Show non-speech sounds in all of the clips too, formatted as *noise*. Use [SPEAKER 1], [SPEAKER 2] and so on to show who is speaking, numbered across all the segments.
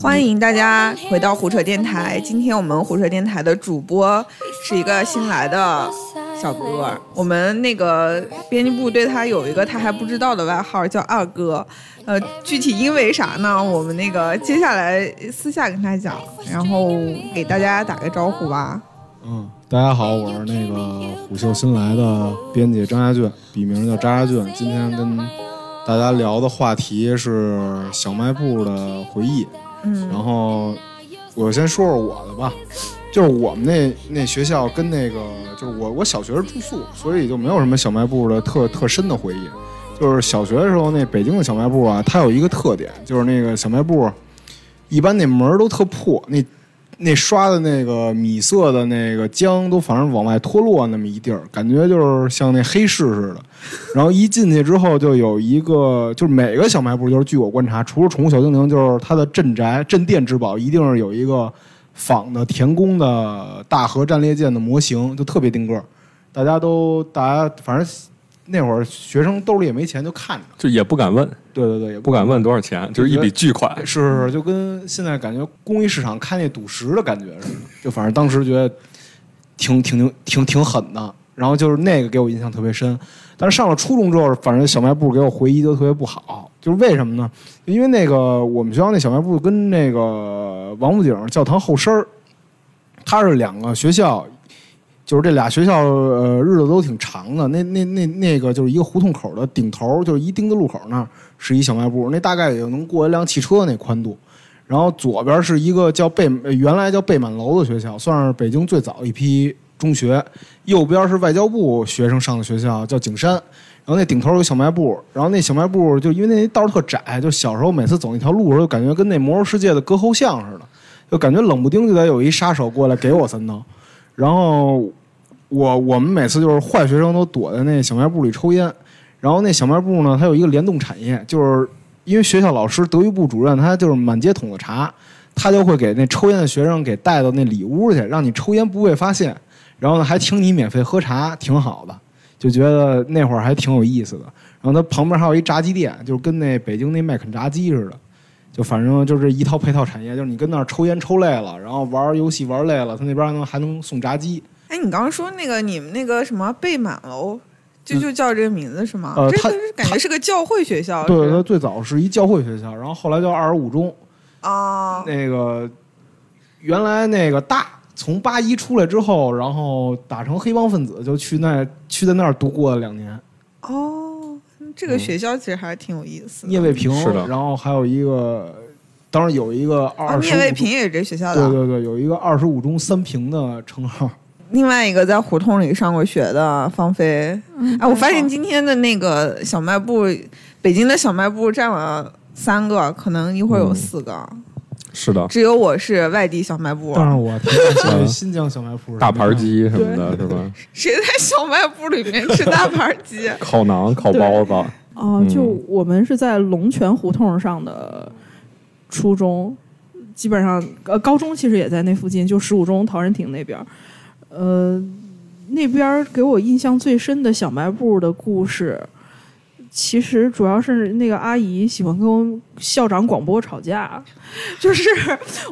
[SPEAKER 1] 欢迎大家回到胡扯电台。今天我们胡扯电台的主播是一个新来的小哥，我们那个编辑部对他有一个他还不知道的外号，叫二哥。呃，具体因为啥呢？我们那个接下来私下跟他讲，然后给大家打个招呼吧。
[SPEAKER 2] 嗯，大家好，我是那个虎嗅新来的编辑张家俊，笔名叫张家俊。今天跟大家聊的话题是小卖部的回忆。嗯，然后我先说说我的吧，就是我们那那学校跟那个就是我我小学是住宿，所以就没有什么小卖部的特特深的回忆。就是小学的时候，那北京的小卖部啊，它有一个特点，就是那个小卖部啊一般那门儿都特破，那那刷的那个米色的那个浆都反正往外脱落那么一地儿，感觉就是像那黑市似的。然后一进去之后，就有一个，就是每个小卖部，就是据我观察，除了宠物小精灵，就是它的镇宅、镇店之宝，一定是有一个仿的田宫的大和战列舰的模型，就特别定个儿。大家都，大家反正那会儿学生兜里也没钱，就看着。
[SPEAKER 3] 就也不敢问，
[SPEAKER 2] 对对对，也不
[SPEAKER 3] 不敢问多少钱，就是一笔巨款。
[SPEAKER 2] 是是，就跟现在感觉公益市场开那赌石的感觉似的，就反正当时觉得挺挺牛挺挺狠的。然后就是那个给我印象特别深，但是上了初中之后，反正小卖部给我回忆都特别不好，就是为什么呢？因为那个我们学校那小卖部跟那个王府井教堂后身儿，它是两个学校，就是这俩学校呃日子都挺长的。那那那那个就是一个胡同口的顶头，就是一丁字路口那儿是一小卖部，那大概也就能过一辆汽车那宽度。然后左边是一个叫贝，呃原来叫贝满楼的学校，算是北京最早一批中学。右边是外交部学生上的学校，叫景山。然后那顶头有小卖部，然后那小卖部就因为那道儿特窄，就小时候每次走那条路的时候，就感觉跟那魔兽世界的割喉巷似的，就感觉冷不丁就得有一杀手过来给我三刀。然后我我们每次就是坏学生都躲在那小卖部里抽烟，然后那小卖部呢，它有一个联动产业，就是因为学校老师德育部主任他就是满街捅子查，他就会给那抽烟的学生给带到那里屋去，让你抽烟不被发现，然后呢还请你免费喝茶，挺好的，就觉得那会儿还挺有意思的。然后它旁边还有一炸鸡店，就是跟那北京那麦肯炸鸡似的。就反正就是一套配套产业，就是你跟那儿抽烟抽累了，然后玩游戏玩累了，他那边还能还能送炸鸡，
[SPEAKER 1] 哎，你刚刚说那个你们那个什么贝满楼，就
[SPEAKER 2] 嗯
[SPEAKER 1] 就叫这个名字是吗？
[SPEAKER 2] 呃
[SPEAKER 1] 这
[SPEAKER 2] 他
[SPEAKER 1] 个是感觉是个教会学校，
[SPEAKER 2] 对，
[SPEAKER 1] 是 *laughs*
[SPEAKER 2] 它最早是一教会学校，然后后来叫二十五中。
[SPEAKER 1] 啊，
[SPEAKER 2] 那个原来那个大从八一出来之后，然后打成黑帮分子，就去那去在那儿度过了两年。
[SPEAKER 1] 哦，这
[SPEAKER 2] 嗯
[SPEAKER 1] 个学校其实还挺有意思的。
[SPEAKER 2] 聂卫平
[SPEAKER 3] 是的，
[SPEAKER 2] 然后还有一个，当然有一个
[SPEAKER 1] 啊，
[SPEAKER 2] 二十
[SPEAKER 1] 聂卫平啊也是这学校的。
[SPEAKER 2] 对对对，有一个二十五中三平的称号。
[SPEAKER 1] 另外一个在胡同里上过学的方菲，哎，我发现今天的那个小卖部，北京的小卖部占了三个，可能一会
[SPEAKER 3] 嗯
[SPEAKER 1] 儿有四个，
[SPEAKER 3] 是的，
[SPEAKER 1] 只有我是外地小卖部。
[SPEAKER 2] 但是我挺感谢
[SPEAKER 3] 嗯
[SPEAKER 2] 新疆小卖铺的
[SPEAKER 3] 大盘，鸡什么的，是吧？
[SPEAKER 1] 谁在小卖部里面吃大盘
[SPEAKER 3] *laughs*
[SPEAKER 1] 鸡？哎
[SPEAKER 3] 烤馕、烤包子，
[SPEAKER 4] 哦、就我们是在龙泉胡同上的初中，基本上呃高中其实也在那附近，就十五中陶然亭那边儿，呃，那边儿给我印象最深的小卖部的故事，其实主要是那个阿姨喜欢跟校长广播吵架， *laughs* 就是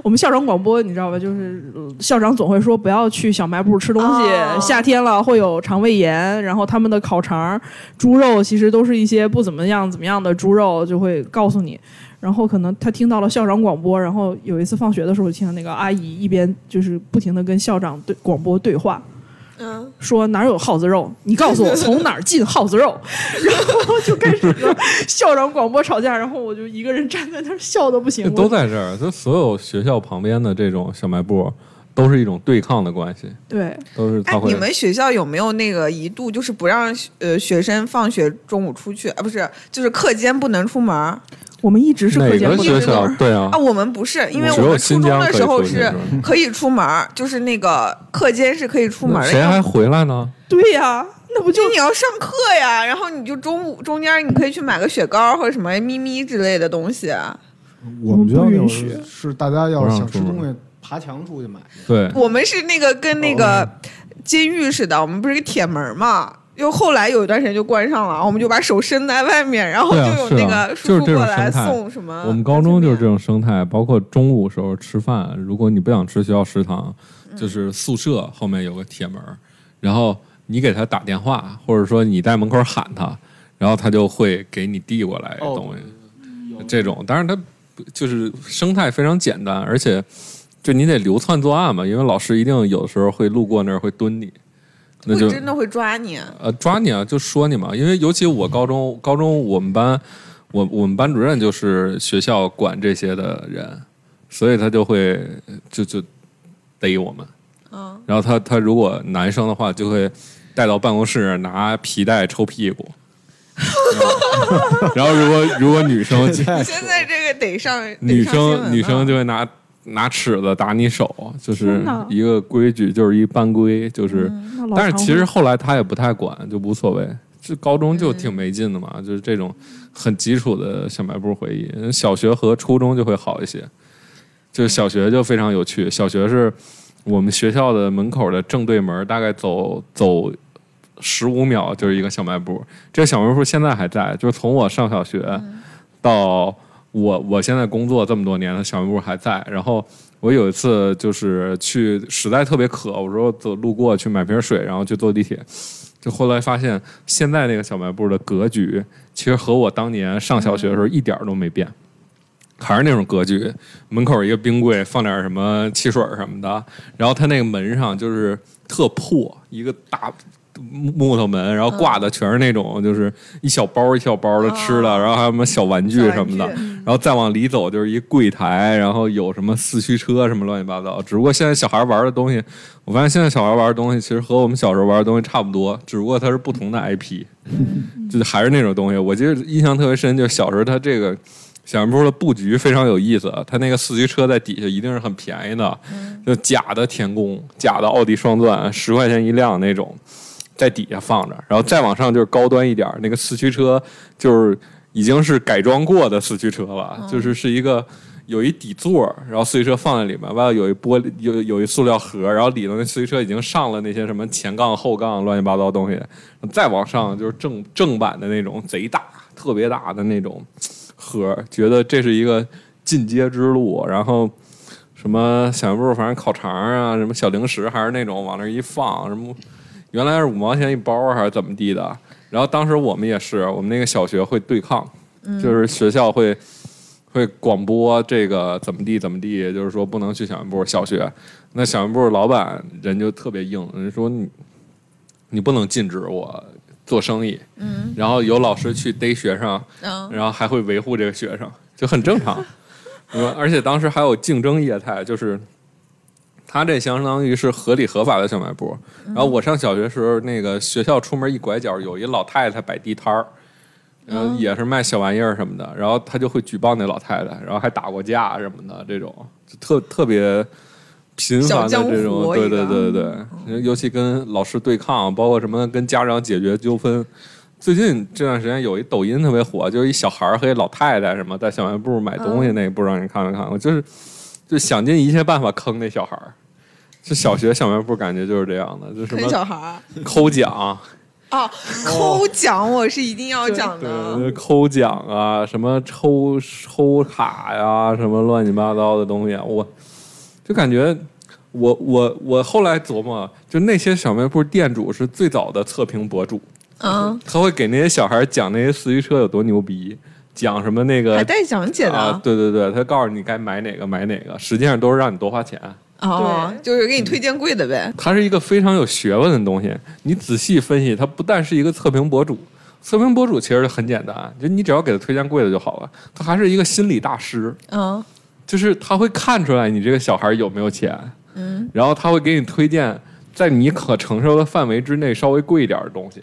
[SPEAKER 4] 我们校长广播你知道吧，就是呃校长总会说不要去小卖部吃东西，
[SPEAKER 1] 哦
[SPEAKER 4] 夏天了会有肠胃炎，然后他们的烤肠儿、猪肉其实都是一些不怎么样怎么样的猪肉，就会告诉你。然后可能他听到了校长广播，然后有一次放学的时候，听到那个阿姨一边就是不停的跟校长对广播对话，
[SPEAKER 1] 嗯，
[SPEAKER 4] 说哪儿有耗子肉？你告诉我从哪儿进耗子
[SPEAKER 1] *laughs*
[SPEAKER 4] 肉？然后就开始和校长广播吵架，然后我就一个人站在那儿笑的不
[SPEAKER 3] *laughs*
[SPEAKER 4] 行。
[SPEAKER 3] 都
[SPEAKER 4] 我
[SPEAKER 3] 在这儿。就所有学校旁边的这种小卖部，都是一种对抗的关系，
[SPEAKER 4] 对，
[SPEAKER 3] 都是
[SPEAKER 1] 哎
[SPEAKER 3] 他，会
[SPEAKER 1] 你。们学校有没有那个一度就是不让呃学生放学中午出去啊？不是，就是课间不能出门
[SPEAKER 3] 啊
[SPEAKER 1] 儿
[SPEAKER 4] 我们一直是课
[SPEAKER 3] 哪
[SPEAKER 4] 间
[SPEAKER 3] 个
[SPEAKER 4] 不
[SPEAKER 3] 学
[SPEAKER 4] 能
[SPEAKER 3] 校？对啊
[SPEAKER 1] 啊？，我们不是，因为
[SPEAKER 3] 只
[SPEAKER 1] 我
[SPEAKER 3] 有
[SPEAKER 1] 们初
[SPEAKER 3] 新
[SPEAKER 1] 中
[SPEAKER 3] 疆
[SPEAKER 1] 的
[SPEAKER 3] 可以
[SPEAKER 1] 时候
[SPEAKER 3] 出去
[SPEAKER 1] 是
[SPEAKER 3] 吧
[SPEAKER 1] 可以出门儿，就是那个课间是可以出门
[SPEAKER 3] 那
[SPEAKER 1] 儿的，
[SPEAKER 3] 谁
[SPEAKER 1] 要
[SPEAKER 3] 还回来呢？
[SPEAKER 4] 对呀、那不就
[SPEAKER 1] 就你要上课呀，然后你就中午中间你可以去买个雪糕或者什么咪咪之类的东西。
[SPEAKER 2] 我们学校那会
[SPEAKER 4] 不
[SPEAKER 2] 儿
[SPEAKER 4] 允
[SPEAKER 2] 是
[SPEAKER 4] 许
[SPEAKER 2] 是大家要是
[SPEAKER 3] 不让
[SPEAKER 2] 想吃
[SPEAKER 3] 出门
[SPEAKER 2] 东西，爬墙出去买去。
[SPEAKER 3] 对，哦
[SPEAKER 1] 我们是那个跟那个监狱似的，我们不是个铁门嘛，又后来有一段时间就关上了，我们就把手伸在外面，然后就
[SPEAKER 3] 对啊
[SPEAKER 1] 有
[SPEAKER 3] 是
[SPEAKER 1] 那
[SPEAKER 3] 啊
[SPEAKER 1] 个
[SPEAKER 3] 就
[SPEAKER 1] 叔
[SPEAKER 3] 是
[SPEAKER 1] 叔
[SPEAKER 3] 这种
[SPEAKER 1] 过来
[SPEAKER 3] 生态
[SPEAKER 1] 送什么。
[SPEAKER 3] 我们高中就是这种生态，包括中午时候吃饭，如果你不想吃学校食堂，
[SPEAKER 1] 嗯
[SPEAKER 3] 就是宿舍后面有个铁门儿，然后你给他打电话，或者说你在门口喊他，然后他就会给你递过来东西。这种，当然它不就是生态非常简单，而且就你得流窜作案嘛，因为老师一定有时候会路过那儿会蹲你，那
[SPEAKER 1] 会
[SPEAKER 3] 就
[SPEAKER 1] 真的会抓你。
[SPEAKER 3] 呃抓你啊，就说你嘛。因为尤其我高中，高中我们班，我我们班主任就是学校管这些的人，所以他就会就就逮我们。
[SPEAKER 1] 嗯，
[SPEAKER 3] 然后他他如果男生的话，就会带到办公室拿皮带抽屁股。然后然后 *laughs* 如果如果女生就
[SPEAKER 1] 现在这个得上
[SPEAKER 3] 女
[SPEAKER 1] 得上新闻了
[SPEAKER 3] 生女生就会拿拿尺子打你手，就是
[SPEAKER 4] 天哪
[SPEAKER 3] 一个规矩，就是一班规，
[SPEAKER 1] 嗯
[SPEAKER 3] 就是。
[SPEAKER 4] 那老
[SPEAKER 3] 但是
[SPEAKER 4] 常
[SPEAKER 3] 其
[SPEAKER 4] 会嗯
[SPEAKER 3] 实后来他也不太管，就无所谓。这高中就挺没劲的嘛，就是这种很基础的小卖部回忆。小学和初中就会好一些，就是小学就非常有趣。小学是我们学校的门口的正对门，大概走走十五秒就是一个小卖部。这个小卖部现在还在，就是从我上小学
[SPEAKER 4] 嗯
[SPEAKER 3] 到我我现在工作这么多年，它小卖部还在。然后我有一次就是去，实在特别渴，我说走路过去买瓶水，然后去坐地铁。就后来发现，现在那个小卖部的格局，其实和我当年上小学的时候一点儿都没变，还是那种格局。门口一个冰柜，放点什么汽水什么的，然后它那个门上就是特破，一个大木木头门，然后挂的全是那种就是一小包一小包的吃的，然后还有什么啊小玩具什么的
[SPEAKER 1] 小玩。具
[SPEAKER 3] 然后再往里走就是一柜台，然后有什么四驱车什么乱七八糟。只不过现在小孩玩的东西，我发现现在小孩玩的东西其实和我们小时候玩的东西差不多，只不过它是不同的 IP，就是还是那种东西。我记得印象特别深，就是小时候它这个。小卖部的布局非常有意思，它那个四驱车在底下一定是很便宜的，就假的田宫、假的奥迪双钻，十块钱一辆那种，在底下放着，然后再往上就是高端一点儿，那个四驱车就是已经是改装过的四驱车了，就是是一个有一底座儿，然后四驱车放在里面，外头有一玻璃，有有一塑料盒，然后里头那四驱车已经上了那些什么前杠、后杠、乱七八糟东西，再往上就是正正版的那种贼大、特别大的那种盒儿，觉得这是一个进阶之路，然后。什么小卖部，反正烤肠啊，什么小零食，还是那种往那儿一放，什么原来是五毛钱一包啊还是怎么地的。然后当时我们也是，我们那个小学会对抗，就是学校会会广播这个怎么地怎么地，就是说不能去小卖部小学。那小卖部老板人就特别硬，人说你你不能禁止我做生意。嗯，然后有老师去逮学生，
[SPEAKER 1] 嗯，
[SPEAKER 3] 然后还会维护这个学生，就很正常。是吧而且当时还有竞争业态，就是他这相当于是合理合法的小卖部。然后我上小学时候，那个学校出门一拐角有一老太太摆地摊儿，然
[SPEAKER 1] 嗯
[SPEAKER 3] 后也是卖小玩意儿什么的，然后他就会举报那老太太，然后还打过架什么的，这种就特特别。频繁的这
[SPEAKER 1] 小江
[SPEAKER 3] 种，
[SPEAKER 1] 湖
[SPEAKER 3] 对
[SPEAKER 1] 一嗯个
[SPEAKER 3] 对对对对，尤其跟老师对抗，包括什么跟家长解决纠纷，最近这段时间有一抖音特别火，就是一小孩儿和一老太太什么在小卖部买东
[SPEAKER 1] 嗯
[SPEAKER 3] 西那个，不知道你看没看过？就是就想尽一切办法坑那小孩儿。就小学小卖部感觉就是这样的，就是什
[SPEAKER 1] 坑小
[SPEAKER 3] 么
[SPEAKER 1] 孩儿
[SPEAKER 3] 抠奖，
[SPEAKER 1] 哦，抠奖我是一定要讲的。
[SPEAKER 3] 对，抠奖啊，什么抽抽卡呀、什么乱七八糟的东西啊，我就感觉我我我后来琢磨，就那些小卖部店主是最早的测评博主，
[SPEAKER 1] 嗯，
[SPEAKER 3] 他会给那些小孩讲那些四驱车有多牛逼，讲什么那个
[SPEAKER 1] 还带讲解
[SPEAKER 3] 啊
[SPEAKER 1] 的，
[SPEAKER 3] 对对对，他告诉你该买哪个买哪个，实际上都是让你多花钱。
[SPEAKER 1] 哦，就是给你
[SPEAKER 3] 嗯
[SPEAKER 1] 推荐贵的呗。
[SPEAKER 3] 它是一个非常有学问的东西，你仔细分析，它不但是一个测评博主，测评博主其实很简单，就你只要给他推荐贵的就好了。他还是一个心理大师，
[SPEAKER 1] 嗯，
[SPEAKER 3] 就是他会看出来你这个小孩有没有钱，嗯，然后他会给你推荐在你可承受的范围之内稍微贵一点的东西，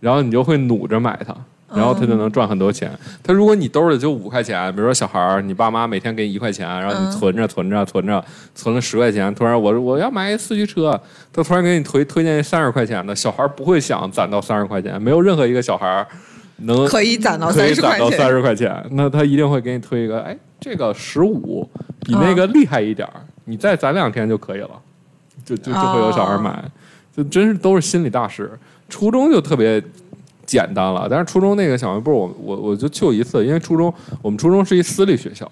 [SPEAKER 3] 然后你就会努着买它，然后他就能赚很多钱。他如果你兜里就五块钱，比如说小孩儿，你爸妈每天给你一块钱，然后你
[SPEAKER 1] 嗯
[SPEAKER 3] 存着存着存着，存了十块钱，突然我我要买一四驱车，他突然给你推推荐三十块钱的，小孩儿不会想攒到三十块钱，没有任何一个小孩儿能
[SPEAKER 1] 可以攒到
[SPEAKER 3] 可
[SPEAKER 1] 三
[SPEAKER 3] 以
[SPEAKER 1] 十
[SPEAKER 3] 攒
[SPEAKER 1] 块
[SPEAKER 3] 到三
[SPEAKER 1] 钱。
[SPEAKER 3] 十块钱，那他一定会给你推一个，哎，这个十五比
[SPEAKER 1] 嗯
[SPEAKER 3] 那个厉害一点儿，你再
[SPEAKER 1] 哦
[SPEAKER 3] 攒两天就可以了，就就就会有小孩买，就真是都是心理大师。初中就特别简单了，但是初中那个小卖部我，我我就就一次，因为初中我们初中是一私立学校，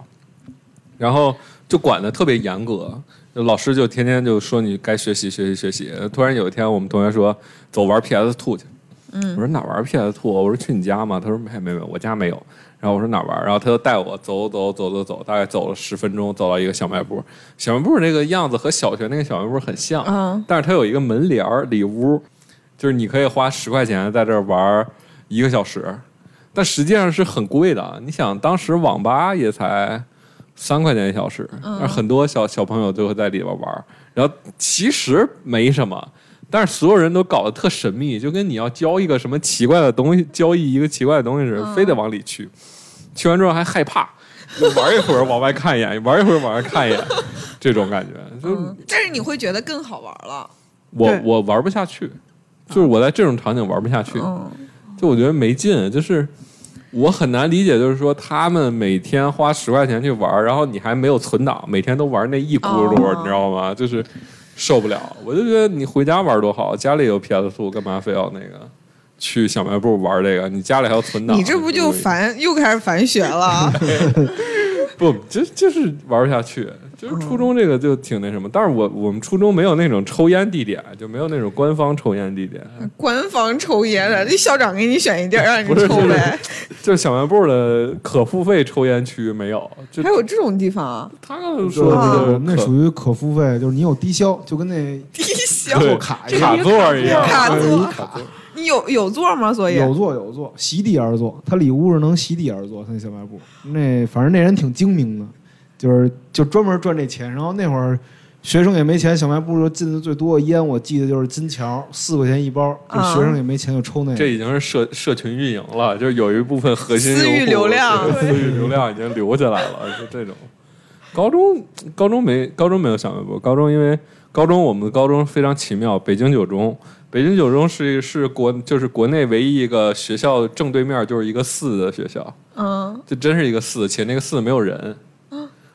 [SPEAKER 3] 然后就管的特别严格，就老师就天天就说你该学习学习学习。突然有一天，我们同学说走玩 PS Two 去，嗯，我说哪玩 PS Two？我啊说去你家吗？他说没没没，我家没有。然后我说哪玩？然啊后他就带我走走走走走，大概走了十分钟，走到一个小卖部。小卖部那个样子和小学那个小卖部很像，
[SPEAKER 1] 嗯
[SPEAKER 3] 但是它有一个门帘儿里屋，就是你可以花十块钱在这儿玩儿一个小时，但实际上是很贵的。你想，当时网吧也才三块钱一小时，而很多小小朋友就会在里边玩儿。然后其实没什么，但是所有人都搞得特神秘，就跟你要交一个什么奇怪的东西，交易一个奇怪的东西似的，非得往里去。去完之后还害怕，就玩一会儿往外看一眼，玩一会儿往外看一眼，这种感觉。就是
[SPEAKER 1] 嗯，但是你会觉得更好玩了。
[SPEAKER 3] 我
[SPEAKER 4] 对
[SPEAKER 3] 我玩不下去，就是我在这种场景玩不下去，
[SPEAKER 1] 嗯，
[SPEAKER 3] 就我觉得没劲，就是我很难理解，就是说他们每天花十块钱去玩，然后你还没有存档，每天都玩那一轱辘，
[SPEAKER 1] 哦
[SPEAKER 3] 你知道吗？就是受不了。我就觉得你回家玩多好，家里有 PS 五，干嘛非要那个去小卖部玩这个？你家里还要存档，
[SPEAKER 1] 你这不就
[SPEAKER 3] 对
[SPEAKER 1] 反又开始反学
[SPEAKER 3] *laughs*
[SPEAKER 1] 了？
[SPEAKER 3] 不，就就是玩不下去。就是初中这个就挺那什么，但是我我们初中没有那种抽烟地点，就没有那种官方抽烟地点，
[SPEAKER 1] 官方抽烟的，那校长给你选一地儿让你
[SPEAKER 3] 不是
[SPEAKER 1] 抽呗。
[SPEAKER 3] 就是小卖部的可付费抽烟区没有，就
[SPEAKER 1] 还有啊这种地方啊？
[SPEAKER 3] 他说
[SPEAKER 2] 就是
[SPEAKER 3] 的
[SPEAKER 2] 那
[SPEAKER 3] 可
[SPEAKER 2] 属于可付费，就是你有低消，就跟那
[SPEAKER 1] *laughs* 低消，
[SPEAKER 3] 对
[SPEAKER 2] 做卡一
[SPEAKER 3] 卡
[SPEAKER 2] 样，
[SPEAKER 3] 座儿一样，
[SPEAKER 1] 卡座
[SPEAKER 2] 有一
[SPEAKER 3] 卡座儿
[SPEAKER 1] 你有有座吗？所以
[SPEAKER 2] 有座有座，席地而坐。他里屋是能席地而坐，他那小卖部那反正那人挺精明的，就是就专门赚这钱。然后那会儿学生也没钱，小卖部就进的最多的烟，我记得就是金条，四块钱一包。就
[SPEAKER 1] 啊
[SPEAKER 2] 学生也没钱就抽那个。
[SPEAKER 3] 这已经是社社群运营了，就是有一部分核心用户
[SPEAKER 1] 私域流量
[SPEAKER 3] 对私域流量已经留下来了，就这种。高中高中没高中没有小卖部，高中因为高中我们的高中非常奇妙，北京九中，北京九中是是国就是国内唯一一个学校正对面就是一个四的学校，
[SPEAKER 1] 嗯
[SPEAKER 3] 这真是一个寺，且那个寺没有人。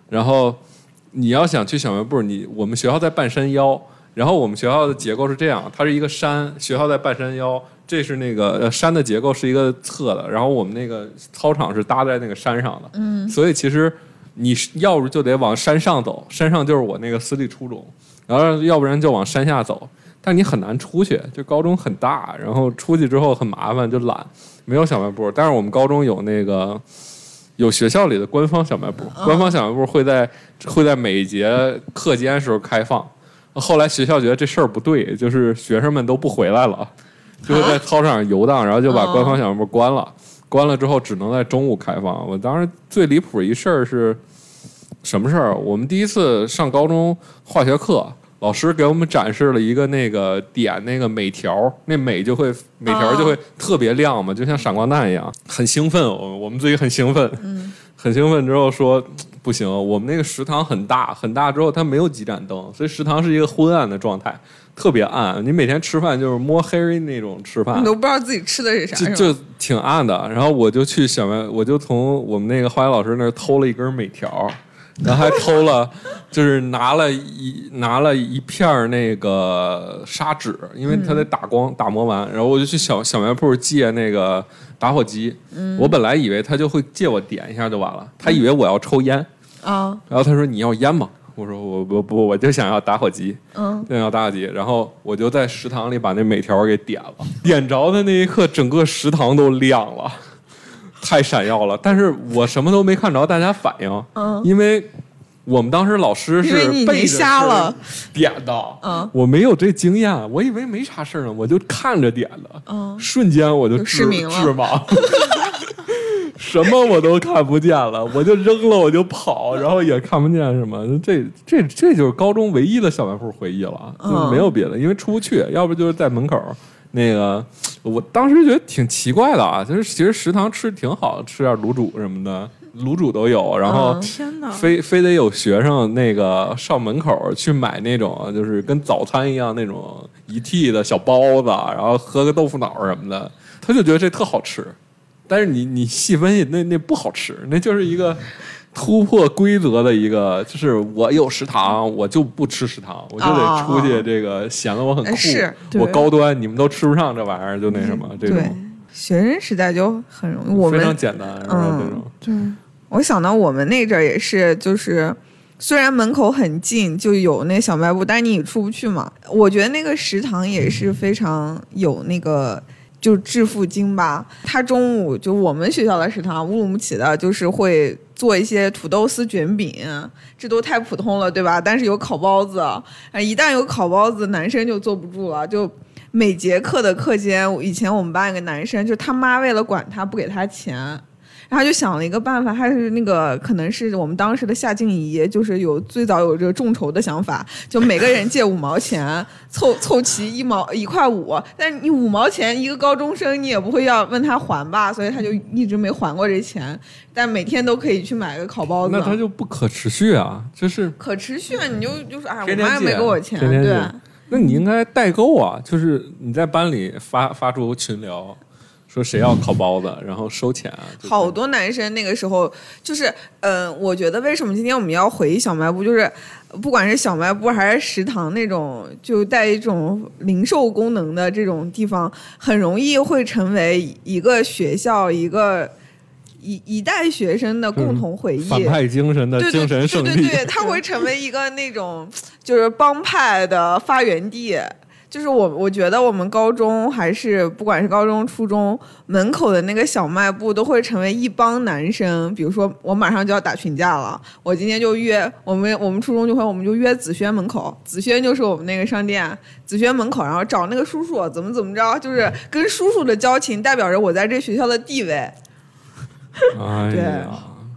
[SPEAKER 3] 然后你要想去小卖部，你我们学校在半山腰，然后我们学校的结构是这样，它是一个山，学校在半山腰，这是那个、呃、山的结构是一个侧的，然后我们那个操场是搭在那个山上的，嗯，所以其实你是要不就得往山上走，山上就是我那个私立初中，然后要不然就往山下走。但你很难出去，就高中很大，然后出去之后很麻烦，就懒，没有小卖部。但是我们高中有那个有学校里的官方小卖部，官方小卖部会在会在每一节课间时候开放。后来学校觉得这事儿不对，就是学生们都不回来了，就会在操场上游荡，然后就把官方小卖部关了。关了之后，只能在中午开放。我当时最离谱一事儿是什么事儿？我们第一次上高中化学课，老师给我们展示了一个那个点那个镁条，那镁就会镁条就会特别亮嘛，就像闪光弹一样，很兴奋。哦我我们自己很兴奋，很兴奋之后说不行，我们那个食堂很大，很大之后它没有几盏灯，所以食堂是一个昏暗的状态，特别暗。你每天吃饭就是摸黑那种吃饭，
[SPEAKER 1] 你都不知道自己吃的是啥，是
[SPEAKER 3] 就
[SPEAKER 1] 吧
[SPEAKER 3] 就挺暗的。然后我就去小卖，我就从我们那个化学老师那儿偷了一根镁条，然后还偷了， *laughs* 就是拿了一拿了一片儿那个砂纸，因为它得打光、打磨完。然后我就去小小卖部借那个打火机，
[SPEAKER 1] 嗯
[SPEAKER 3] 我本来以为他就会借我点一下就完了，他以为我要抽烟。
[SPEAKER 1] 啊，
[SPEAKER 3] 然后他说你要烟吗？我说我我不我就想要打火机，
[SPEAKER 1] 嗯，
[SPEAKER 3] 就想要打火机。然后我就在食堂里把那镁条给点了，点着的那一刻，整个食堂都亮了，太闪耀了。但是我什么都没看着，大家反应，
[SPEAKER 1] 嗯
[SPEAKER 3] 因为我们当时老师
[SPEAKER 1] 因
[SPEAKER 3] 是
[SPEAKER 1] 为你已
[SPEAKER 3] 背
[SPEAKER 1] 经
[SPEAKER 3] 着
[SPEAKER 1] 瞎了，
[SPEAKER 3] 点的，
[SPEAKER 1] 嗯
[SPEAKER 3] 我没有这经验，我以为没啥事儿呢，我就看着点的，
[SPEAKER 1] 嗯
[SPEAKER 3] 瞬间我就
[SPEAKER 1] 就
[SPEAKER 3] 致
[SPEAKER 1] 失明了 *laughs*
[SPEAKER 3] 致盲。什么我都看不见了，我就扔了，我就跑，然后也看不见什么。 *laughs* 这这这就是高中唯一的小卖部回忆了，
[SPEAKER 1] 嗯
[SPEAKER 3] 就是没有别的，因为出不去，要不就是在门口。那个，我当时觉得挺奇怪的啊，就是其实食堂吃挺好，吃点卤煮什么的，卤煮都有，然后
[SPEAKER 1] 嗯
[SPEAKER 4] 哦天哪！
[SPEAKER 3] 非非得有学生那个上门口去买那种就是跟早餐一样那种一屉的小包子，啊然后喝个豆腐脑什么的，他就觉得这特好吃。但是你你细分析，那那不好吃，那就是一个突破规则的一个，就是我有食堂，我就不吃食堂，我就得出去这个显得我很酷，
[SPEAKER 1] 哎是嗯
[SPEAKER 4] 对
[SPEAKER 3] 我高端，你们都吃不上这玩意儿，就那什么这
[SPEAKER 1] 对
[SPEAKER 3] 种，，
[SPEAKER 1] 学生时代就很容易。我
[SPEAKER 3] 非常
[SPEAKER 1] 们
[SPEAKER 3] 简单，是
[SPEAKER 1] 嗯
[SPEAKER 3] 吧？这种
[SPEAKER 4] 对，
[SPEAKER 1] 我想到我们那阵儿也是，就是虽然门口很近，就有那小卖部，但是你也出不去嘛。我觉得那个食堂也是非常有那个。就致富经吧，他中午就我们学校的食堂乌鲁木齐的，就是会做一些土豆丝卷饼，这都太普通了，对吧？但是有烤包子，哎，一旦有烤包子，男生就坐不住了，就每节课的课间，以前我们班有个男生，就他妈为了管他不给他钱，然后就想了一个办法，他是那个可能是我们当时的夏静怡，就是有最早有这个众筹的想法，就每个人借五毛钱，凑凑齐一毛一块五，但是你五毛钱一个高中生你也不会要问他还吧，所以他就一直没还过这钱，但每天都可以去买个烤包子。
[SPEAKER 3] 那它就不可持续啊，就是
[SPEAKER 1] 可持续，你就就是哎，我
[SPEAKER 3] 天天
[SPEAKER 1] 妈也
[SPEAKER 3] 借
[SPEAKER 1] 没给我钱，
[SPEAKER 3] 天天
[SPEAKER 1] 对
[SPEAKER 3] 借那你应该代购啊，就是你在班里发发出群聊，说谁要烤包子，然后收钱啊，就
[SPEAKER 1] 好多男生那个时候就是，嗯、我觉得为什么今天我们要回忆小卖部，就是不管是小卖部还是食堂那种就带一种零售功能的这种地方，很容易会成为一个学校一个一一代学生的共同回忆。
[SPEAKER 3] 嗯反派精神的
[SPEAKER 1] 对对
[SPEAKER 3] 精神胜
[SPEAKER 1] 对
[SPEAKER 3] 利
[SPEAKER 1] 对，对，它会成为一个那种就是帮派的发源地。就是我，我觉得我们高中还是不管是高中、初中门口的那个小卖部，都会成为一帮男生。比如说，我马上就要打群架了，我今天就约我们，我们初中就会，我们就约紫轩门口，紫轩就是我们那个商店，紫轩门口，然后找那个叔叔怎么怎么着，就是跟叔叔的交情代表着我在这学校的地位。
[SPEAKER 3] 哎
[SPEAKER 1] 对
[SPEAKER 3] 呀，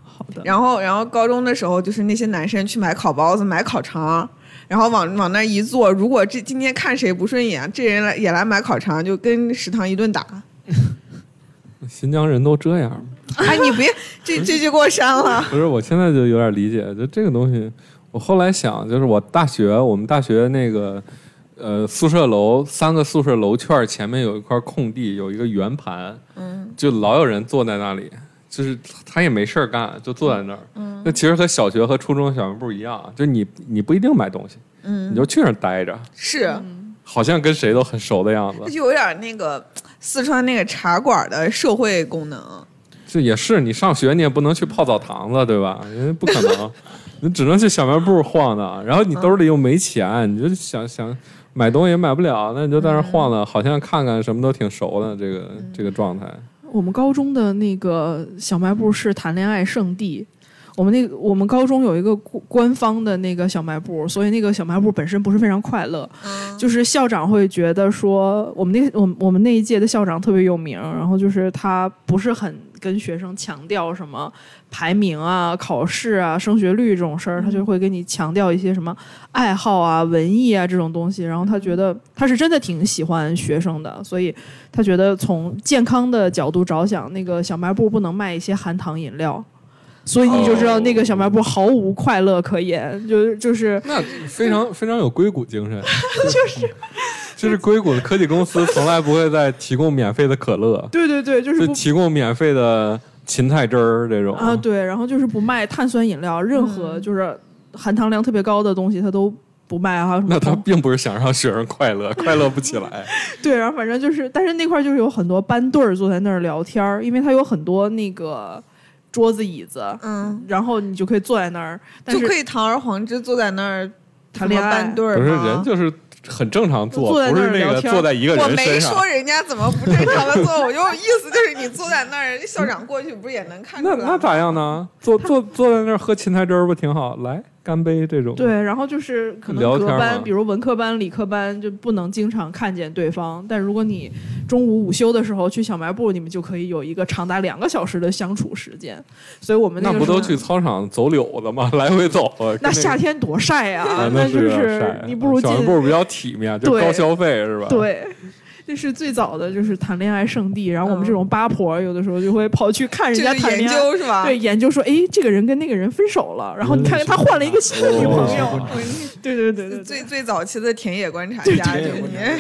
[SPEAKER 4] 好的，
[SPEAKER 1] 然后，然后高中的时候，就是那些男生去买烤包子、买烤肠，然后往往那儿一坐，如果这今天看谁不顺眼，这人来也来买烤肠，就跟食堂一顿打。
[SPEAKER 3] 新疆人都这样。
[SPEAKER 1] 哎，你别这这就给我删了。
[SPEAKER 3] *laughs* 不是，我现在就有点理解，就这个东西，我后来想，就是我大学，我们大学那个，呃，宿舍楼三个宿舍楼圈儿前面有一块空地，有一个圆盘，嗯，就老有人坐在那里，就是他也没事儿干，就坐在那儿，嗯，那其实和小学和初中小卖部一样，就你你不一定买东西，嗯，你就去那儿待着，
[SPEAKER 1] 是，
[SPEAKER 3] 好像跟谁都很熟的样
[SPEAKER 1] 这
[SPEAKER 3] 子，
[SPEAKER 1] 就有点那个四川那个茶馆的社会功能。
[SPEAKER 3] 这也是你上学你也不能去泡澡堂子，对吧？因为不可
[SPEAKER 4] *laughs*
[SPEAKER 3] 能，你只能去小卖部晃荡。然后你兜里又没钱，你就想想买东西也买不了，那你就在那儿晃荡，好像看看什么都挺熟的这个
[SPEAKER 4] 嗯
[SPEAKER 3] 这个状态。
[SPEAKER 4] 我们高中的那个小卖部是谈恋爱圣地。我们那个我们高中有一个官官方的那个小卖部，所以那个小卖部本身不是非常快乐，就是校长会觉得说我们那我们我们那一届的校长特别有名，然后就是他不是很跟学生强调什么排名啊、考试啊、升学率这种事儿，他就会给你强调一些什么爱好啊、文艺啊这种东西，然后他觉得他是真的挺喜欢学生的，所以他觉得从健康的角度着想，那个小卖部不能卖一些含糖饮料，所以你就知道那个小卖部毫无快乐可言，就就是
[SPEAKER 3] 那非常非常有硅谷精
[SPEAKER 4] *laughs*
[SPEAKER 3] 神，就是就是硅谷的科技公司从来不会再提供免费的可乐，
[SPEAKER 4] 对对对， *laughs* 就是
[SPEAKER 3] 就
[SPEAKER 4] 不
[SPEAKER 3] 提供免费的芹菜汁儿这种
[SPEAKER 4] 啊对，然后就是不卖碳酸饮料，任何就是含糖量特别高的东西他都不卖啊，还有什么
[SPEAKER 3] 那他
[SPEAKER 4] 糖
[SPEAKER 3] 并不是想让学生快乐，快乐不起来。
[SPEAKER 4] 对，然后反正就是，但是那块儿就是有很多班对儿坐在那儿聊天儿，因为他有很多那个桌子椅子，
[SPEAKER 1] 嗯，
[SPEAKER 4] 然后你就可以坐在那儿，但
[SPEAKER 1] 就是可以堂而皇之坐在那儿
[SPEAKER 4] 谈恋
[SPEAKER 1] 什么
[SPEAKER 4] 爱
[SPEAKER 1] 班对儿
[SPEAKER 3] 不是
[SPEAKER 1] 吗
[SPEAKER 3] 人就是很正常坐，
[SPEAKER 4] 坐在
[SPEAKER 3] 不
[SPEAKER 4] 那儿
[SPEAKER 3] 是那
[SPEAKER 4] 聊
[SPEAKER 3] 个
[SPEAKER 4] 天
[SPEAKER 3] 坐在一个
[SPEAKER 1] 我
[SPEAKER 3] 人
[SPEAKER 1] 没
[SPEAKER 3] 身上
[SPEAKER 1] 说。人家怎么不正常的做，我就意思就是你坐在那儿，校长过去不是也能看出
[SPEAKER 3] 那
[SPEAKER 1] 来？
[SPEAKER 3] 那咋样呢？坐坐坐在那儿喝芹菜汁儿不挺好？来干杯这种。，
[SPEAKER 4] 对，然后就是可
[SPEAKER 3] 聊
[SPEAKER 4] 能隔
[SPEAKER 3] 天儿
[SPEAKER 4] 班，
[SPEAKER 3] 嘛
[SPEAKER 4] 比如文科班、理科班就不能经常看见对方，但如果你中午午休的时候去小卖部，你们就可以有一个长达两个小时的相处时间。所以我们
[SPEAKER 3] 那
[SPEAKER 4] 个
[SPEAKER 3] 不
[SPEAKER 4] 时候
[SPEAKER 3] 都去操场走柳子吗？ *laughs* 来回走。跟
[SPEAKER 4] *laughs* 那
[SPEAKER 3] 个
[SPEAKER 4] 夏天多晒呀、
[SPEAKER 3] 啊，
[SPEAKER 4] *laughs* 那
[SPEAKER 3] 那
[SPEAKER 4] 就是啊
[SPEAKER 3] 有点晒
[SPEAKER 4] 你不如进啊
[SPEAKER 3] 小卖部比较体面，就
[SPEAKER 4] 对
[SPEAKER 3] 高消费是吧？，
[SPEAKER 4] 对。 *laughs* 这是最早的就是谈恋爱圣地，然后我们这种八婆有的时候就会跑去看人
[SPEAKER 1] 这
[SPEAKER 4] 家
[SPEAKER 1] 个
[SPEAKER 4] 谈
[SPEAKER 1] 研
[SPEAKER 4] 恋爱，
[SPEAKER 1] 究啊是吧？
[SPEAKER 4] 对，研究说，哎，这个人跟那个人分手了，然后你看看他换了一个新的女朋友，对对对对对，
[SPEAKER 1] 最最早期的田野观察家，就
[SPEAKER 2] 对
[SPEAKER 1] 是你
[SPEAKER 2] 田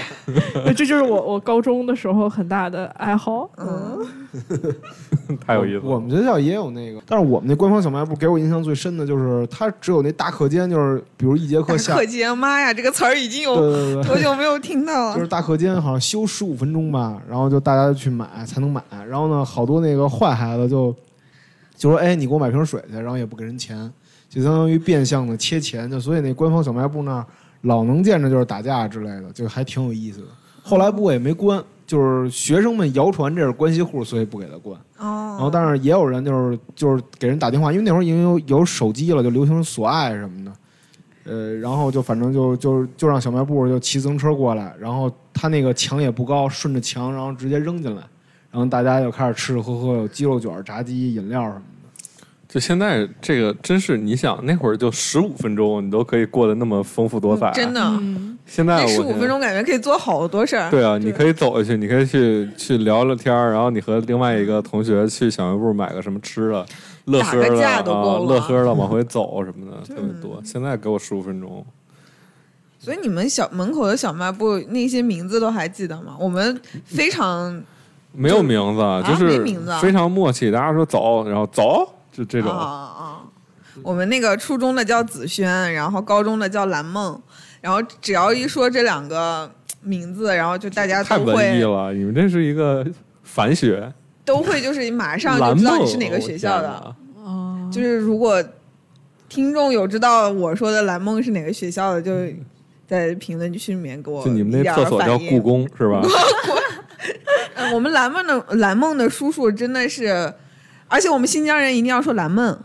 [SPEAKER 2] 野
[SPEAKER 4] 这就是我我高中的时候很大的爱好，
[SPEAKER 1] 嗯，
[SPEAKER 3] *laughs* 太有意思了。
[SPEAKER 2] 我们学校也有那个，但是我们那官方小卖部给我印象最深的就是，它只有那大课间，就是比如一节
[SPEAKER 1] 大
[SPEAKER 2] 课下，
[SPEAKER 1] 课
[SPEAKER 2] 对
[SPEAKER 1] 间，妈呀，这个词儿已经有
[SPEAKER 2] 对
[SPEAKER 1] *laughs*
[SPEAKER 2] 对
[SPEAKER 1] 多久没有听到
[SPEAKER 2] 就
[SPEAKER 1] 了
[SPEAKER 2] 是？大课间好像休十五分钟吧，然后就大家去买才能买，然后呢，好多那个坏孩子就就说，哎，你给我买瓶水去，然后也不给人钱，就相当于变相的切钱，就所以那官方小卖部那儿老能见着就是打架之类的，就还挺有意思的。后来不过也没关，就是学生们谣传这是关系户，所以不给他关。然后
[SPEAKER 1] 哦，
[SPEAKER 2] 但是也有人就是就是给人打电话，因为那会儿已经有有手机了，就流行索爱什么的，呃，然后就反正就就就让小卖部就骑自行车过来，然后他那个墙也不高，顺着墙然后直接扔进来，然后大家就开始吃吃喝喝，有鸡肉卷、炸鸡、饮料什么的。
[SPEAKER 3] 就现在这个真是，你想那会儿就十五分钟，你都可以过得那么丰富多彩。啊
[SPEAKER 1] 真，的，
[SPEAKER 4] 嗯，
[SPEAKER 3] 现在
[SPEAKER 1] 那
[SPEAKER 3] 我
[SPEAKER 1] 十五
[SPEAKER 3] 现在
[SPEAKER 1] 分钟感觉可以做好多事儿。
[SPEAKER 3] 对啊，你可以走下去，你可以去去聊聊天儿，然后你和另外一个同学去小卖部买个什么吃的，乐呵
[SPEAKER 1] 打个
[SPEAKER 3] 了
[SPEAKER 1] 架都
[SPEAKER 3] 啊，
[SPEAKER 1] 够了
[SPEAKER 3] 乐呵了往回走什么的，特别多。现在给我十五分钟，
[SPEAKER 1] 所以你们小门口的小卖部那些名字都还记得吗？我们非常
[SPEAKER 3] 嗯没有名字，就
[SPEAKER 1] 没
[SPEAKER 3] 是
[SPEAKER 1] 名字啊
[SPEAKER 3] 非常默契，大家说走，然后走，就这种。
[SPEAKER 1] 啊啊！我们那个初中的叫紫萱，然后高中的叫蓝梦，然后只要一说这两个名字，然后就大家
[SPEAKER 3] 太
[SPEAKER 1] 都
[SPEAKER 3] 文艺
[SPEAKER 1] 会
[SPEAKER 3] 了，你们这是一个反血，
[SPEAKER 1] 都会就是马上就
[SPEAKER 3] 蓝
[SPEAKER 1] 知道
[SPEAKER 3] 梦
[SPEAKER 1] 你是哪个学校的。
[SPEAKER 3] 我嗯
[SPEAKER 4] 哦，
[SPEAKER 1] 就是如果听众有知道我说的蓝梦是哪个学校的，就在评论区里面给我
[SPEAKER 3] 嗯天哪就你们那厕所叫故
[SPEAKER 1] 宫。
[SPEAKER 3] 宫
[SPEAKER 1] *laughs*
[SPEAKER 3] 是吧？
[SPEAKER 1] 呃我们蓝梦的蓝梦的叔叔真的是，而且我们新疆人一定要说蓝梦，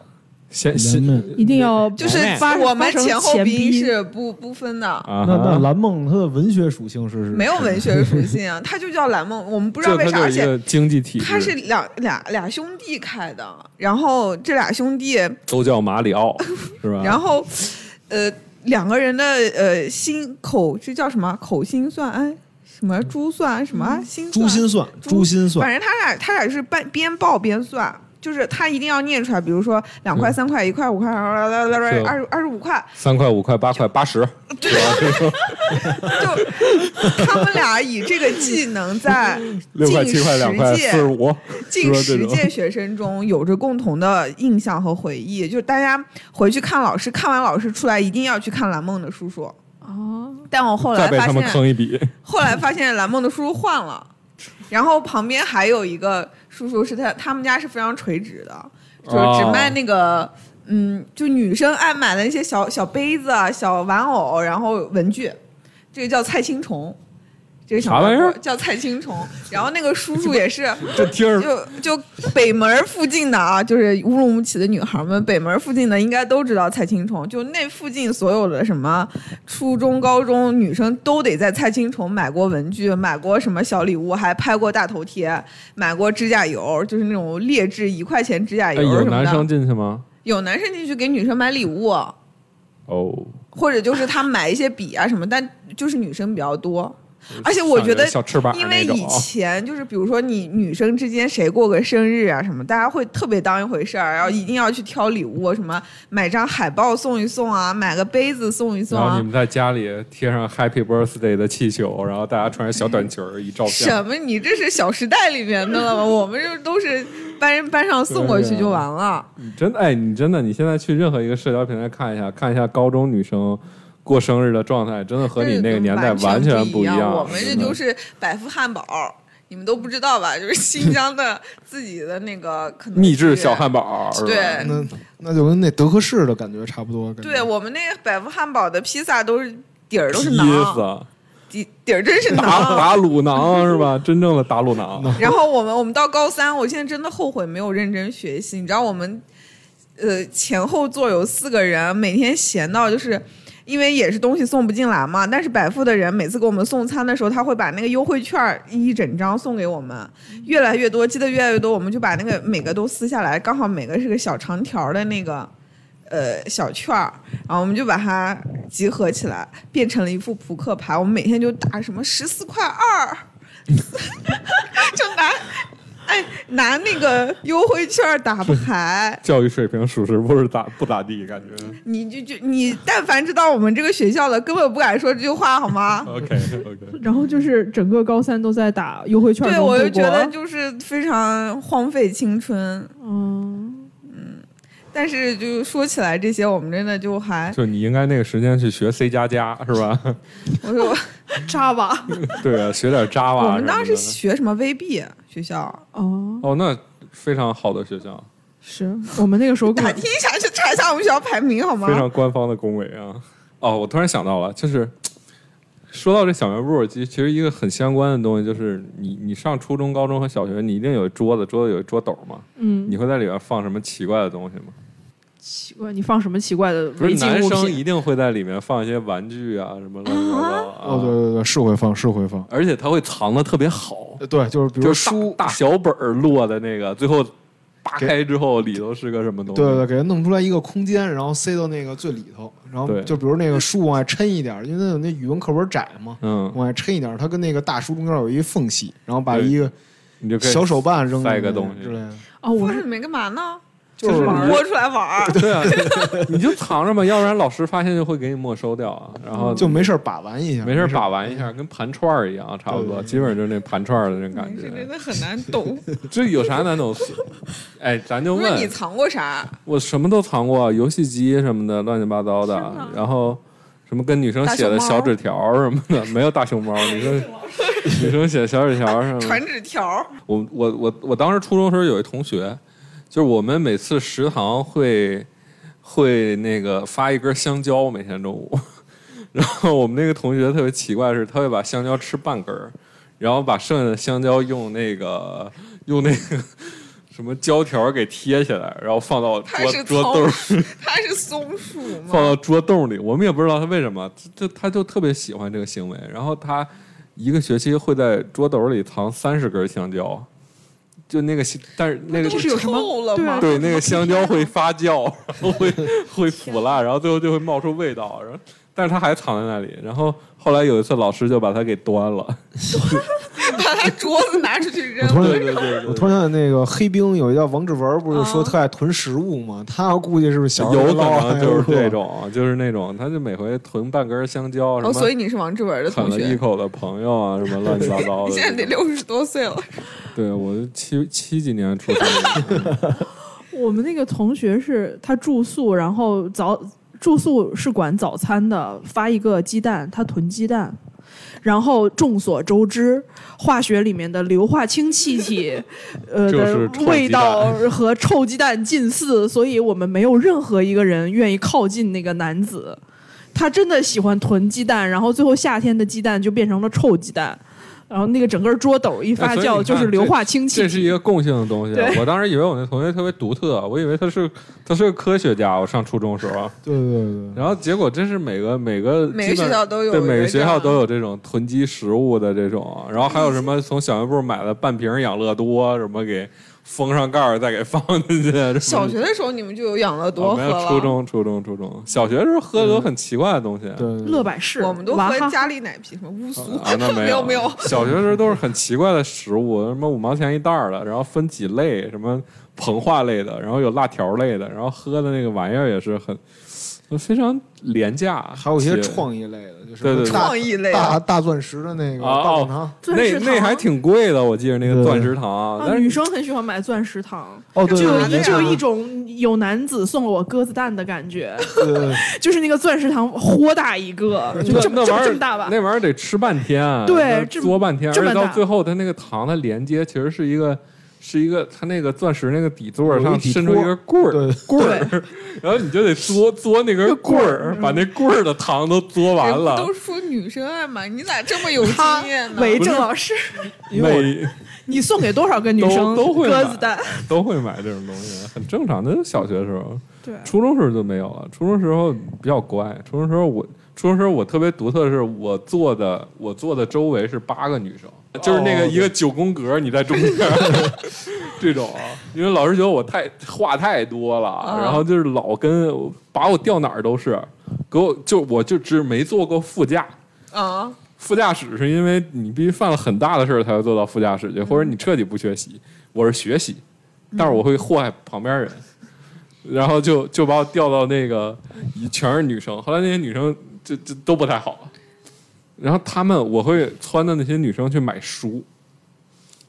[SPEAKER 3] 先先
[SPEAKER 4] 一定要
[SPEAKER 1] 就是
[SPEAKER 4] 发
[SPEAKER 1] 我们前后
[SPEAKER 4] 前
[SPEAKER 1] 鼻
[SPEAKER 4] 逼
[SPEAKER 1] 是不不分的。
[SPEAKER 3] 啊哈，
[SPEAKER 2] 蓝梦它的文学属性是
[SPEAKER 1] 没有文学属性啊，它就叫蓝梦，我们不知道
[SPEAKER 3] 这
[SPEAKER 1] 为
[SPEAKER 3] 它
[SPEAKER 1] 啥，而
[SPEAKER 3] 就是一
[SPEAKER 1] 且
[SPEAKER 3] 个经济体制，
[SPEAKER 1] 它是两俩俩兄弟开的，然后这俩兄弟，
[SPEAKER 3] 都叫马里
[SPEAKER 1] *laughs*
[SPEAKER 3] 奥是吧？
[SPEAKER 1] 然后呃两个人的呃心口这叫什么口心算哎什么珠算什么
[SPEAKER 3] 嗯
[SPEAKER 1] 啊心
[SPEAKER 2] 珠
[SPEAKER 1] 算
[SPEAKER 2] 心算，珠心算
[SPEAKER 1] 反，正他俩他俩是半边报边算，就是他一定要念出来，比如说两块、三块、一块、五块，
[SPEAKER 3] 嗯是
[SPEAKER 1] 二十二十五块，
[SPEAKER 3] 三块、五块、八块、八十，
[SPEAKER 1] 就他们俩以这个技能在
[SPEAKER 3] *laughs* *laughs* 六块、
[SPEAKER 1] 近
[SPEAKER 3] 七块、两块、
[SPEAKER 1] 十
[SPEAKER 3] 四十
[SPEAKER 1] 届
[SPEAKER 3] 五，
[SPEAKER 1] 近
[SPEAKER 3] 是吧
[SPEAKER 1] 十
[SPEAKER 3] 这种
[SPEAKER 1] 届学生中有着共同的印象和回忆，就大家回去看老师，看完老师出来一定要去看蓝梦的叔叔。
[SPEAKER 4] 啊，
[SPEAKER 1] 但我后来
[SPEAKER 3] 再被
[SPEAKER 1] 发
[SPEAKER 3] 他们
[SPEAKER 1] 现，
[SPEAKER 3] 坑一笔，
[SPEAKER 1] 后来发现蓝梦的叔叔换了，然后旁边还有一个叔叔是他他们家是非常垂直的，就是
[SPEAKER 3] 哦
[SPEAKER 1] 只卖那个、嗯，就女生爱买的那些小小杯子、啊、小玩偶，然后文具，这个叫菜青虫。这个小
[SPEAKER 3] 啥玩意儿
[SPEAKER 1] 卖部叫菜青虫，然后那个叔叔也是，
[SPEAKER 3] 这听着
[SPEAKER 1] 就就北门儿附近的啊，就是乌鲁木齐的女孩们，北门儿附近的应该都知道蔡青虫。就那附近所有的什么初中、高中女生都得在蔡青虫买过文具，买过什么小礼物，还拍过大头贴，买过指甲油，就是那种劣质一块钱指甲
[SPEAKER 3] 哎，
[SPEAKER 1] 油什
[SPEAKER 3] 有
[SPEAKER 1] 么的。
[SPEAKER 3] 男生进去吗？
[SPEAKER 1] 有男生进去给女生买礼物，
[SPEAKER 3] 哦，
[SPEAKER 1] 或者就是他买一些笔啊什么，但就是女生比较多。而且我觉得
[SPEAKER 3] 上人小翅膀
[SPEAKER 1] 因为
[SPEAKER 3] 那种
[SPEAKER 1] 以前就是，比如说你女生之间谁过个生日啊什么，大家会特别当一回事儿，然后一定要去挑礼物，什么买张海报送一送啊，买个杯子送一送
[SPEAKER 3] 然后
[SPEAKER 1] 啊
[SPEAKER 3] 你，们在家里贴上 Happy Birthday 的气球，然后大家穿着小短裙儿一照相，
[SPEAKER 1] 什么？你这是《小时代》里面的了吗？我们这都是班人班上送过去就完了。
[SPEAKER 3] 你真的哎，你真的，你现在去任何一个社交平台看一下，看一下高中女生过生日的状态，真的啊和你那个年代
[SPEAKER 1] 完
[SPEAKER 3] 全
[SPEAKER 1] 不
[SPEAKER 3] 一样。
[SPEAKER 1] 我们这
[SPEAKER 3] 真的
[SPEAKER 1] 就是百富汉堡。你们都不知道吧？就是新疆
[SPEAKER 3] *laughs*
[SPEAKER 1] 的自己的那个可能
[SPEAKER 3] 秘
[SPEAKER 1] 是
[SPEAKER 3] 制小汉堡，是吧
[SPEAKER 1] 对
[SPEAKER 2] 那那就跟那德克士的感觉差不多。感觉
[SPEAKER 1] 对我们那个百富汉堡的披萨都是底儿都是
[SPEAKER 3] 披
[SPEAKER 1] 馕，
[SPEAKER 3] 萨。
[SPEAKER 1] 底底儿
[SPEAKER 3] *laughs*
[SPEAKER 1] 真是
[SPEAKER 3] 打
[SPEAKER 1] 馕。
[SPEAKER 3] 打卤囊是吧？真正的打
[SPEAKER 1] *laughs*
[SPEAKER 3] 卤囊，
[SPEAKER 1] 然后我们我们到高三，我现在真的后悔没有认真学习。你知道我们，呃，前后座有四个人，每天闲到就是。因为也是东西送不进来嘛，但是百富的人每次给我们送餐的时候，他会把那个优惠券儿一整张送给我们，越来越多，积得越来越多，我们就把那个每个都撕下来，刚好每个是个小长条儿的那个呃小券儿，然后我们就把它集合起来，变成了一副扑克牌。我们每天就打什么十四块二，就拿哎拿那个优惠券打牌。
[SPEAKER 3] 教育水平属实不是咋不咋地，感觉。
[SPEAKER 1] 你就就你但凡知道我们这个学校的，根本不敢说这句话好吗？
[SPEAKER 3] OK
[SPEAKER 1] *laughs*
[SPEAKER 3] OK，
[SPEAKER 4] 然后就是整个高三都在打优惠券中
[SPEAKER 1] 对，
[SPEAKER 4] 度过，
[SPEAKER 1] 我就觉得就是非常荒废青春。
[SPEAKER 4] 嗯，
[SPEAKER 1] 但是就说起来这些，我们真的就
[SPEAKER 3] *laughs*
[SPEAKER 1] 还，
[SPEAKER 3] 就你应该那个时间去学 C 加加是
[SPEAKER 1] *laughs*
[SPEAKER 3] 吧？
[SPEAKER 1] 我说我
[SPEAKER 4] 渣吧，
[SPEAKER 3] 对啊，学点 Java
[SPEAKER 1] 我们当时
[SPEAKER 3] 什么
[SPEAKER 1] 学什么 VB 学校，
[SPEAKER 4] 哦，
[SPEAKER 3] 的哦，那非常好的学校，
[SPEAKER 4] 是我们那个时候根
[SPEAKER 1] 打
[SPEAKER 4] 本
[SPEAKER 1] 听一下去查一下我们学校排名好吗
[SPEAKER 3] 嗯非？常官方的恭维啊。哦，我突然想到了，就是说到这小卖部，其实其实一个很相关的东西，就是你你上初中、高中和小学，你一定有一桌子，桌子有一桌斗嘛，
[SPEAKER 4] 嗯
[SPEAKER 3] 你，会在里边放什么奇怪的东西吗？
[SPEAKER 4] 奇怪，你放什么奇怪的
[SPEAKER 3] 不
[SPEAKER 4] 违
[SPEAKER 3] 是
[SPEAKER 4] 禁
[SPEAKER 3] 男
[SPEAKER 4] 物
[SPEAKER 3] 生
[SPEAKER 4] 品？
[SPEAKER 3] 一定会在里面放一些玩具啊什么乱七八糟啊，
[SPEAKER 2] 哦，对对对，是会放，是会放。
[SPEAKER 3] 而且他会藏的特别好，
[SPEAKER 2] 呃对，就是比如说
[SPEAKER 3] 就是
[SPEAKER 2] 书，
[SPEAKER 3] 大大小本儿摞的那个，最后扒
[SPEAKER 2] 给
[SPEAKER 3] 开之后里头是个什么东西？
[SPEAKER 2] 对对对，给它弄出来一个空间，然后塞到那个最里头，然后
[SPEAKER 3] 对
[SPEAKER 2] 就比如那个书往外抻一点，因为它有那语文课本窄嘛，
[SPEAKER 3] 嗯，
[SPEAKER 2] 往外抻一点，它跟那个大书中间有一缝隙，然后把
[SPEAKER 3] 对
[SPEAKER 2] 一个
[SPEAKER 3] 你就可以
[SPEAKER 2] 小
[SPEAKER 3] *laughs*
[SPEAKER 2] 手办扔进
[SPEAKER 3] 塞
[SPEAKER 2] 去
[SPEAKER 3] 个东西
[SPEAKER 2] 之类的。
[SPEAKER 4] 哦，我
[SPEAKER 1] 放
[SPEAKER 4] 是
[SPEAKER 1] 里面干嘛呢？
[SPEAKER 2] 就是
[SPEAKER 4] 玩儿
[SPEAKER 1] 摸出来玩儿。
[SPEAKER 3] 对啊， *laughs* 你就藏着吧，要不然老师发现就会给你没收掉啊。然后
[SPEAKER 2] 就没事儿把玩一下，
[SPEAKER 3] 没事儿把玩一下，跟盘串儿一样，差不多，
[SPEAKER 2] 对对对
[SPEAKER 3] 基本上就是那盘串儿的那种感
[SPEAKER 1] 这真
[SPEAKER 3] 觉。
[SPEAKER 1] 的很难
[SPEAKER 3] *laughs*
[SPEAKER 1] 懂，
[SPEAKER 3] 这有啥难懂？哎，咱就
[SPEAKER 1] 不是
[SPEAKER 3] 问
[SPEAKER 1] 你藏过啥？
[SPEAKER 3] 我什么都藏过，游戏机什么的，乱七八糟的
[SPEAKER 4] 是吗，
[SPEAKER 3] 然后什么跟女生写
[SPEAKER 1] 大熊
[SPEAKER 3] 的
[SPEAKER 1] 猫
[SPEAKER 3] 小纸条儿什么的，没有大熊猫，女
[SPEAKER 1] *laughs*
[SPEAKER 3] 生女生写小纸条儿什么的。
[SPEAKER 1] 传纸条，
[SPEAKER 3] 我我我我当时初中时候有一同学，就是我们每次食堂会会那个发一根香蕉，每天中午。 *laughs* 然后我们那个同学特别奇怪的是，他会把香蕉吃半根儿，然后把剩下的香蕉用那个用那个 *laughs* 什么胶条给贴起来，然后放到
[SPEAKER 1] 他
[SPEAKER 3] 桌
[SPEAKER 1] 是
[SPEAKER 3] 桌
[SPEAKER 1] 草
[SPEAKER 3] 洞儿
[SPEAKER 1] 它是松鼠
[SPEAKER 3] 放
[SPEAKER 1] 吗？
[SPEAKER 3] 到桌洞里，我们也不知道他为什么，就他就特别喜欢这个行为。然后他一个学期会在桌斗里藏三十根香蕉，就那个香，但是那个
[SPEAKER 1] 都
[SPEAKER 4] 是有什么
[SPEAKER 1] 臭了
[SPEAKER 4] 对啊
[SPEAKER 1] 吗？
[SPEAKER 3] 对那个香蕉会发酵，
[SPEAKER 1] *laughs*
[SPEAKER 3] 然后会会腐烂，然后最后就会冒出味道。然后，但是他还藏在那里。然后后来有一次，老师就把它给端了。
[SPEAKER 1] 把它桌子拿出去
[SPEAKER 2] 我
[SPEAKER 1] 扔
[SPEAKER 2] 突
[SPEAKER 3] 对
[SPEAKER 2] 然
[SPEAKER 3] 对对
[SPEAKER 2] 我
[SPEAKER 3] 对
[SPEAKER 2] 突然想起那个黑冰有一叫王志文，不是说
[SPEAKER 1] 啊
[SPEAKER 2] 特爱囤食物吗？他估计是不是小时候
[SPEAKER 3] 有可
[SPEAKER 2] 捞
[SPEAKER 3] 能就是
[SPEAKER 2] 来
[SPEAKER 3] 这
[SPEAKER 2] 的
[SPEAKER 3] 种，就是那种，他就每回囤半根香蕉，什
[SPEAKER 1] 哦，所
[SPEAKER 3] 么
[SPEAKER 1] 以你是王志文的
[SPEAKER 3] 啃
[SPEAKER 1] 同
[SPEAKER 3] 了一
[SPEAKER 1] 学，
[SPEAKER 3] 口的朋友啊，什么乱七八糟
[SPEAKER 1] *laughs*
[SPEAKER 3] 的。
[SPEAKER 1] 你现在得六十多岁了， *laughs*
[SPEAKER 3] 对，我是七七几年出生的，
[SPEAKER 4] 我们那个同学是他住宿，然后早住宿是管早餐的，发一个鸡蛋，他囤鸡蛋。然后众所周知，化学里面的硫化氢
[SPEAKER 3] *laughs*
[SPEAKER 4] 气体，呃
[SPEAKER 3] 就是
[SPEAKER 4] 的
[SPEAKER 3] 臭鸡蛋
[SPEAKER 4] 味道和臭鸡蛋近似，所以我们没有任何一个人愿意靠近那个男子。他真的喜欢囤鸡蛋，然后最后夏天的鸡蛋就变成了臭鸡蛋，然后那个整个桌斗一发
[SPEAKER 3] 哎所以你
[SPEAKER 4] 酵
[SPEAKER 3] 看
[SPEAKER 4] 就是硫化氢气体。
[SPEAKER 3] 这是一个共性的东西啊。
[SPEAKER 4] 对
[SPEAKER 3] 我当时以为我那同学特别独特，我以为他是他是个科学家。我上初中时候，啊
[SPEAKER 2] 对对对对，
[SPEAKER 3] 然后结果真是每个每个
[SPEAKER 1] 每个
[SPEAKER 3] 基本
[SPEAKER 1] 学校都有
[SPEAKER 3] 对
[SPEAKER 1] 一个
[SPEAKER 3] 每个学校
[SPEAKER 1] 这
[SPEAKER 3] 都
[SPEAKER 1] 样
[SPEAKER 3] 有这种囤积食物的这种，啊然后还有什么从小卖部买的半瓶养乐多，什么给封上盖儿再给放进去。啊什么
[SPEAKER 1] 小学的时候你们就有养乐
[SPEAKER 3] 哦
[SPEAKER 1] 多喝
[SPEAKER 3] 没有
[SPEAKER 1] 了，嗯
[SPEAKER 3] 初中初中初中，小学的时候喝的都很奇怪的东西。
[SPEAKER 2] 对对
[SPEAKER 4] 乐百氏，
[SPEAKER 1] 我们都
[SPEAKER 4] 娃
[SPEAKER 1] 喝
[SPEAKER 4] 哈哈
[SPEAKER 1] 佳丽奶啤，什么乌苏，
[SPEAKER 3] *laughs* 啊，
[SPEAKER 1] *laughs*
[SPEAKER 3] 那没
[SPEAKER 1] 有没
[SPEAKER 3] 没
[SPEAKER 1] 有，
[SPEAKER 3] 小学时候都是很奇怪的食物，什么五毛钱一袋儿的，然后分几类，什么膨化类的，然后有辣条类的，然后喝的那个玩意儿也是很非常廉价，
[SPEAKER 2] 还有一些
[SPEAKER 3] 且
[SPEAKER 2] 创意类的，就是
[SPEAKER 3] 对对对
[SPEAKER 2] 大
[SPEAKER 1] 创意类
[SPEAKER 2] 大
[SPEAKER 1] 的，
[SPEAKER 2] 大钻石的那个
[SPEAKER 3] 哦
[SPEAKER 2] 大澡堂。
[SPEAKER 4] 钻石
[SPEAKER 3] 那
[SPEAKER 4] 糖
[SPEAKER 3] 那还挺贵的，我记得那个
[SPEAKER 2] 对
[SPEAKER 3] 钻石糖，
[SPEAKER 4] 啊，
[SPEAKER 3] 但是
[SPEAKER 4] 女生很喜欢买钻石糖，
[SPEAKER 2] 哦，对
[SPEAKER 4] 就有
[SPEAKER 2] 对
[SPEAKER 4] 一
[SPEAKER 2] 对，
[SPEAKER 4] 就有一
[SPEAKER 2] 种
[SPEAKER 4] 种有男子送了我鸽子蛋的感觉，
[SPEAKER 2] 对对
[SPEAKER 4] 就是那个钻石糖豁大一个，就
[SPEAKER 3] 那
[SPEAKER 4] 这么
[SPEAKER 3] 那
[SPEAKER 4] 这
[SPEAKER 3] 玩
[SPEAKER 4] 么
[SPEAKER 3] 意
[SPEAKER 4] 这
[SPEAKER 3] 儿
[SPEAKER 4] 么大吧？
[SPEAKER 3] 那玩意儿得吃半天，
[SPEAKER 4] 对
[SPEAKER 3] 就是
[SPEAKER 4] 这
[SPEAKER 3] 嘬半天，
[SPEAKER 4] 这
[SPEAKER 3] 而
[SPEAKER 4] 么
[SPEAKER 3] 且到
[SPEAKER 4] 大
[SPEAKER 3] 最后它那个糖的连接其实是一个。是一个，它那个钻石那个底座
[SPEAKER 2] 有一
[SPEAKER 3] 上
[SPEAKER 2] 底
[SPEAKER 3] 伸出
[SPEAKER 2] 托
[SPEAKER 3] 一个棍
[SPEAKER 2] *laughs*
[SPEAKER 3] 儿，
[SPEAKER 2] 对
[SPEAKER 3] 棍儿，然后你就得嘬嘬那根棍儿，嗯把那棍儿的糖都嘬完
[SPEAKER 1] 人不
[SPEAKER 3] 了
[SPEAKER 1] 都。说女生爱买，你咋这么有
[SPEAKER 4] 他
[SPEAKER 1] 经验呢？
[SPEAKER 4] 为郑老师，
[SPEAKER 2] 因为我
[SPEAKER 3] *laughs* 每
[SPEAKER 4] 你送给多少个女生
[SPEAKER 3] 都都会
[SPEAKER 4] 鸽
[SPEAKER 3] 买
[SPEAKER 4] 子蛋？
[SPEAKER 3] 都会买这种东西，很正常。那是小学的时候，
[SPEAKER 4] 对，
[SPEAKER 3] 初中时候就没有了。初中时候比较乖，初中时候我初中时候我特别独特的是，我坐的我坐的周围是八个女生，就是那个
[SPEAKER 2] 哦
[SPEAKER 3] 一个九宫格，你在中间， *laughs* 这种啊。因为老师觉得我太话太多了，然后就是老跟把我调哪儿都是，给我就我就只没坐过副驾。
[SPEAKER 1] 啊，
[SPEAKER 3] 副驾驶是因为你必须犯了很大的事儿才会坐到副驾驶去，或
[SPEAKER 2] 嗯
[SPEAKER 3] 者你彻底不学习。我是学习，但是我会祸害旁边人，然后就就把我调到那个以全是女生，后来那些女生就就都不太好。然后她们我会撺掇那些女生去买书，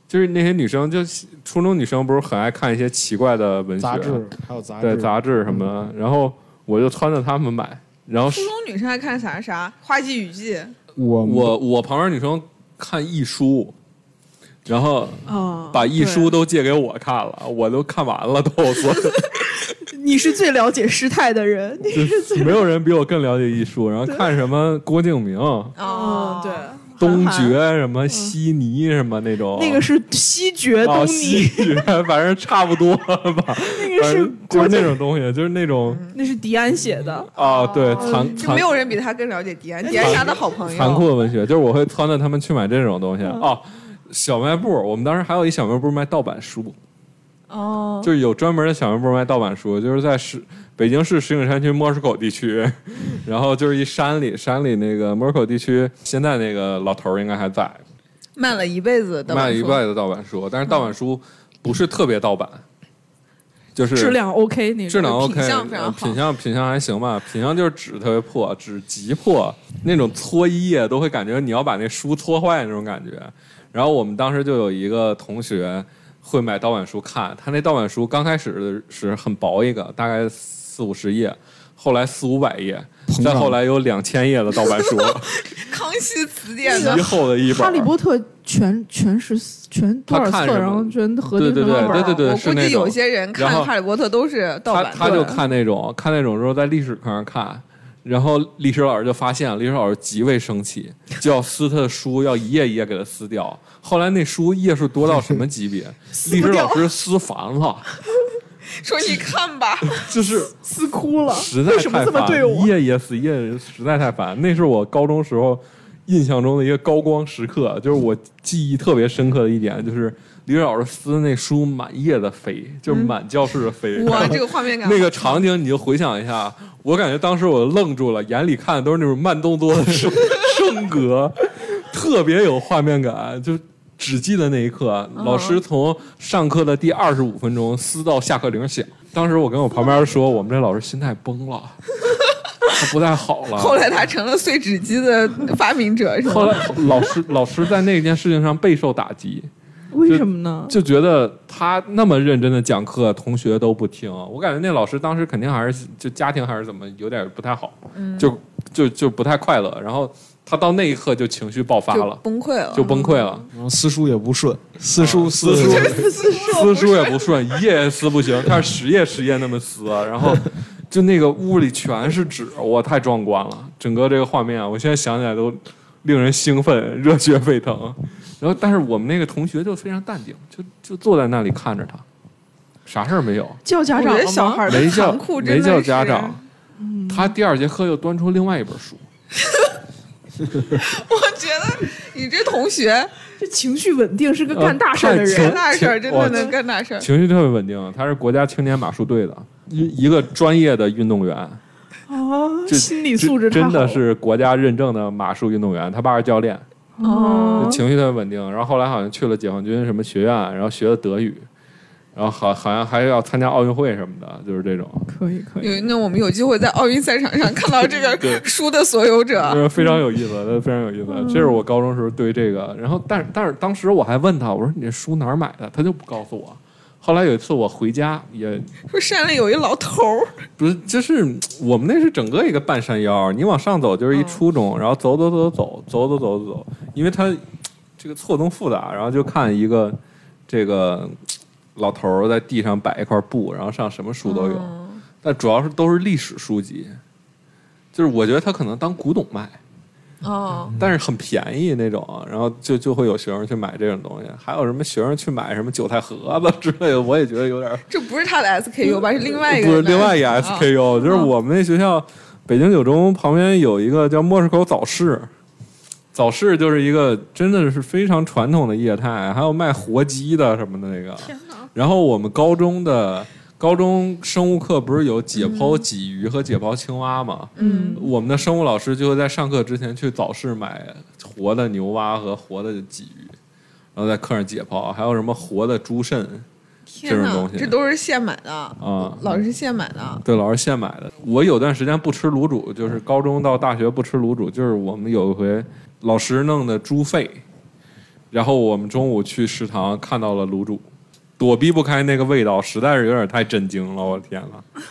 [SPEAKER 3] 就是那些女生就初中女生不是很爱看一些奇怪的文学啊
[SPEAKER 2] 杂志还有杂
[SPEAKER 3] 对
[SPEAKER 2] 志，嗯
[SPEAKER 3] 杂志什么的，然后我就撺掇她们买，
[SPEAKER 1] *laughs*
[SPEAKER 3] 然后
[SPEAKER 1] 初中女生爱看啥啥《花季雨季》，啊
[SPEAKER 2] 我
[SPEAKER 3] 我我旁边女生看一书，然后
[SPEAKER 4] 啊，
[SPEAKER 3] 把一
[SPEAKER 4] 对
[SPEAKER 3] 书都借给我看了，我都看完了都，
[SPEAKER 4] *laughs*
[SPEAKER 3] 我
[SPEAKER 4] 你是最了解师太的人，你是最
[SPEAKER 3] 没有人比我更了解一书。然后看什么郭敬明、
[SPEAKER 1] 哦，
[SPEAKER 4] 啊对，
[SPEAKER 3] 东
[SPEAKER 4] 韩寒嗯
[SPEAKER 3] 决、什么悉尼、什么那种，
[SPEAKER 4] 那个是西决
[SPEAKER 3] 哦
[SPEAKER 4] 东
[SPEAKER 3] 西
[SPEAKER 4] 尼，
[SPEAKER 3] 决， *laughs* 反正差不多吧，
[SPEAKER 4] 那个
[SPEAKER 3] 反
[SPEAKER 4] 是
[SPEAKER 3] 正就是那种东西，就是那种
[SPEAKER 4] 那是迪安写的，
[SPEAKER 3] 啊，对残
[SPEAKER 1] 就
[SPEAKER 3] 残
[SPEAKER 1] 没有人比他更了解迪安，迪安是他的好朋友。
[SPEAKER 3] 残酷的文学，就是我会撺掇他们去买这种东西
[SPEAKER 4] 嗯
[SPEAKER 3] 哦。小卖部，我们当时还有一小卖部卖盗版书，
[SPEAKER 4] 哦，
[SPEAKER 3] 就是有专门的小卖部卖盗版书，就是在石北京市石景山区莫斯口地区， *laughs* 然后就是一山里，山里那个莫斯口地区，现在那个老头儿应该还在，
[SPEAKER 1] 慢了一辈子的
[SPEAKER 3] 卖了一
[SPEAKER 1] 文书
[SPEAKER 3] 辈子盗版书，但是盗版书不是特别盗版，就是
[SPEAKER 4] 质量 OK，那个
[SPEAKER 3] 质量 OK，
[SPEAKER 1] 品相非常
[SPEAKER 3] 呃
[SPEAKER 1] 好
[SPEAKER 3] 品相品相还行吧，品相就是纸特别破，纸极破，那种搓衣液都会感觉你要把那书搓坏那种感觉。然后我们当时就有一个同学会买盗版书看，他那盗版书刚开始是很薄一个，大概四五十页，后来四五百页，
[SPEAKER 2] 膨胀
[SPEAKER 3] 再后来有两千页的盗版
[SPEAKER 4] *laughs*
[SPEAKER 3] 书，
[SPEAKER 1] 康熙词典的
[SPEAKER 3] 极厚的一
[SPEAKER 4] 《哈利
[SPEAKER 3] 本。
[SPEAKER 4] 波特》全全是全多
[SPEAKER 3] 他
[SPEAKER 4] 少
[SPEAKER 3] 看
[SPEAKER 4] 册，
[SPEAKER 3] 什么
[SPEAKER 4] 然后全合
[SPEAKER 3] 对对
[SPEAKER 4] 订成
[SPEAKER 3] 对
[SPEAKER 4] 两本
[SPEAKER 3] 对
[SPEAKER 4] 儿。啊
[SPEAKER 3] 对对，
[SPEAKER 1] 我
[SPEAKER 3] 是
[SPEAKER 1] 估
[SPEAKER 3] 那
[SPEAKER 1] 计有
[SPEAKER 3] 种。
[SPEAKER 1] 些人看
[SPEAKER 3] 然后
[SPEAKER 1] 《哈利波特》都是盗
[SPEAKER 3] 他
[SPEAKER 1] 版的，
[SPEAKER 3] 他就看那种看那种之后，在历史课上看，然后历史老师就发现了，历史老师极为生气，就要撕他的书，要一页一页给他撕掉。后来那书页数多到什么级
[SPEAKER 4] *laughs*
[SPEAKER 3] 别？历
[SPEAKER 4] 不
[SPEAKER 3] 史
[SPEAKER 4] 掉
[SPEAKER 3] 老师撕烦了，
[SPEAKER 1] *laughs* 说你看
[SPEAKER 3] *laughs*
[SPEAKER 1] 吧，
[SPEAKER 3] 就是
[SPEAKER 4] 撕哭了，
[SPEAKER 3] 实在
[SPEAKER 4] 为什么
[SPEAKER 3] 太
[SPEAKER 4] 这么
[SPEAKER 3] 烦，
[SPEAKER 4] 对我
[SPEAKER 3] 一？页一页撕，一页一页撕实在太烦。那是我高中时候印象中的一个高光时刻，就是我记忆特别深刻的一点，就是历史老师撕那书满页的飞，
[SPEAKER 4] 嗯
[SPEAKER 3] 就是满教室的飞。然
[SPEAKER 1] 哇，
[SPEAKER 3] 后
[SPEAKER 1] 这个画面感，
[SPEAKER 3] 那个场景你就回想一下，我感觉当时我愣住了，眼里看的都是那种慢动作的
[SPEAKER 1] *laughs*
[SPEAKER 3] 升升格，特别有画面感，就只记得那一刻，
[SPEAKER 1] 嗯
[SPEAKER 3] 老师从上课的第二十五分钟撕到下课铃响。当时我跟我旁边说，我们这老师心态
[SPEAKER 1] *laughs*
[SPEAKER 3] 崩了，他不太好了。
[SPEAKER 1] 后来他成了碎纸机的发明者，是
[SPEAKER 3] 后
[SPEAKER 1] 吧？
[SPEAKER 3] 来老师老师在那件事情上备受打击，
[SPEAKER 4] 为什么呢？
[SPEAKER 3] 就觉得他那么认真的讲课，同学都不听。我感觉那老师当时肯定还是就家庭还是怎么有点不太好，就就就不太快乐。然后他到那一刻就情绪爆发
[SPEAKER 1] 就
[SPEAKER 3] 了，
[SPEAKER 1] 崩溃了，
[SPEAKER 3] 就崩溃了，
[SPEAKER 2] 然后撕书也不 *laughs* 顺，撕书
[SPEAKER 3] 撕
[SPEAKER 2] 书
[SPEAKER 3] 书
[SPEAKER 1] 撕
[SPEAKER 3] 撕书也不顺，一页也撕不行，开始十页十页那么撕，然后就那个屋里全是纸，我太壮观了，整个这个画面啊，我现在想起来都令人兴奋，热血沸腾。然后，但是我们那个同学就非常淡定，就就坐在那里看着他，啥事儿没有。
[SPEAKER 4] 叫家
[SPEAKER 1] 我
[SPEAKER 4] 长
[SPEAKER 1] 觉
[SPEAKER 4] 了
[SPEAKER 1] 得
[SPEAKER 4] 吗？
[SPEAKER 1] 小孩儿的
[SPEAKER 3] 没叫
[SPEAKER 1] 残酷真
[SPEAKER 3] 没
[SPEAKER 1] 的
[SPEAKER 3] 叫
[SPEAKER 1] 是嗯
[SPEAKER 3] 家长，，他第二节课又端出另外一本书，
[SPEAKER 1] *laughs* 我觉得你这同学
[SPEAKER 4] 这情绪稳定是个
[SPEAKER 3] 呃
[SPEAKER 4] 干大事儿的
[SPEAKER 3] 太
[SPEAKER 4] 人
[SPEAKER 3] 穷
[SPEAKER 1] 干。大事儿真
[SPEAKER 3] 我
[SPEAKER 1] 的能干大事儿，
[SPEAKER 3] 情绪特别稳定。他是国家青年马术队的一一个专业的运动员，
[SPEAKER 4] 啊，
[SPEAKER 3] 这
[SPEAKER 4] 心理素质
[SPEAKER 3] 真
[SPEAKER 4] 太
[SPEAKER 3] 真的
[SPEAKER 4] 好了
[SPEAKER 3] 是国家认证的马术运动员，他爸是教练，
[SPEAKER 4] 哦，
[SPEAKER 1] 嗯
[SPEAKER 3] 情绪特别稳定。然后后来好像去了解放军什么学院，然后学了德语，然后好好像还要参加奥运会什么的，就是这种，
[SPEAKER 4] 可以可以，
[SPEAKER 1] 有那我们有机会在奥运赛场上看到这
[SPEAKER 3] 对
[SPEAKER 1] *laughs* 个书的所有者，
[SPEAKER 3] 就是非常有意思，非常有意
[SPEAKER 1] 嗯
[SPEAKER 3] 思。这是我高中时候对这个，然后但是但是当时我还问他，我说你这书哪儿买的？他就不告诉我。后来有一次我回家也
[SPEAKER 1] 说山里有一老头儿，
[SPEAKER 3] 不是，就是嗯我们那是整个一个半山腰，你往上走就是一初中，然后走走走走走走走走，因为它嗯这个错综复杂，然后就看一个这个嗯老头儿在地上摆一块布，然后上什么书都有，但主要是都是历史书籍，就是我觉得他可能当古董卖，
[SPEAKER 1] 哦，
[SPEAKER 3] 但是很便宜那种，然后就就会有学生去买这种东西，还有什么学生去买什么韭菜盒子之类的，我也觉得有点
[SPEAKER 1] 这不是他的 SKU 吧？是另外一个
[SPEAKER 3] 不是
[SPEAKER 1] 人的
[SPEAKER 3] 另外一个
[SPEAKER 1] 啊
[SPEAKER 3] SKU，、就是我们那学校北京九中旁边有一个叫莫斯口早市，早市就是一个真的是非常传统的业态，还有卖活鸡的什么的那个。然后我们高中的高中生物课不是有解剖鲫鱼和解剖青蛙吗？
[SPEAKER 1] 嗯
[SPEAKER 3] 我们的生物老师就会在上课之前去早市买活的牛蛙和活的鲫鱼，然后在课上解剖，还有什么活的猪肾这
[SPEAKER 1] 天
[SPEAKER 3] 种
[SPEAKER 1] 哪
[SPEAKER 3] 东，西
[SPEAKER 1] 这都是现买的，
[SPEAKER 3] 啊。
[SPEAKER 1] 老师现买的。
[SPEAKER 3] 对，老师现买的。我有段时间不吃卤煮，就是高中到大学不吃卤煮，就是我们有一回老师弄的猪肺，然后我们中午去食堂看到了卤煮，躲避不开那个味道，实在是有点太震惊了，我的天呐！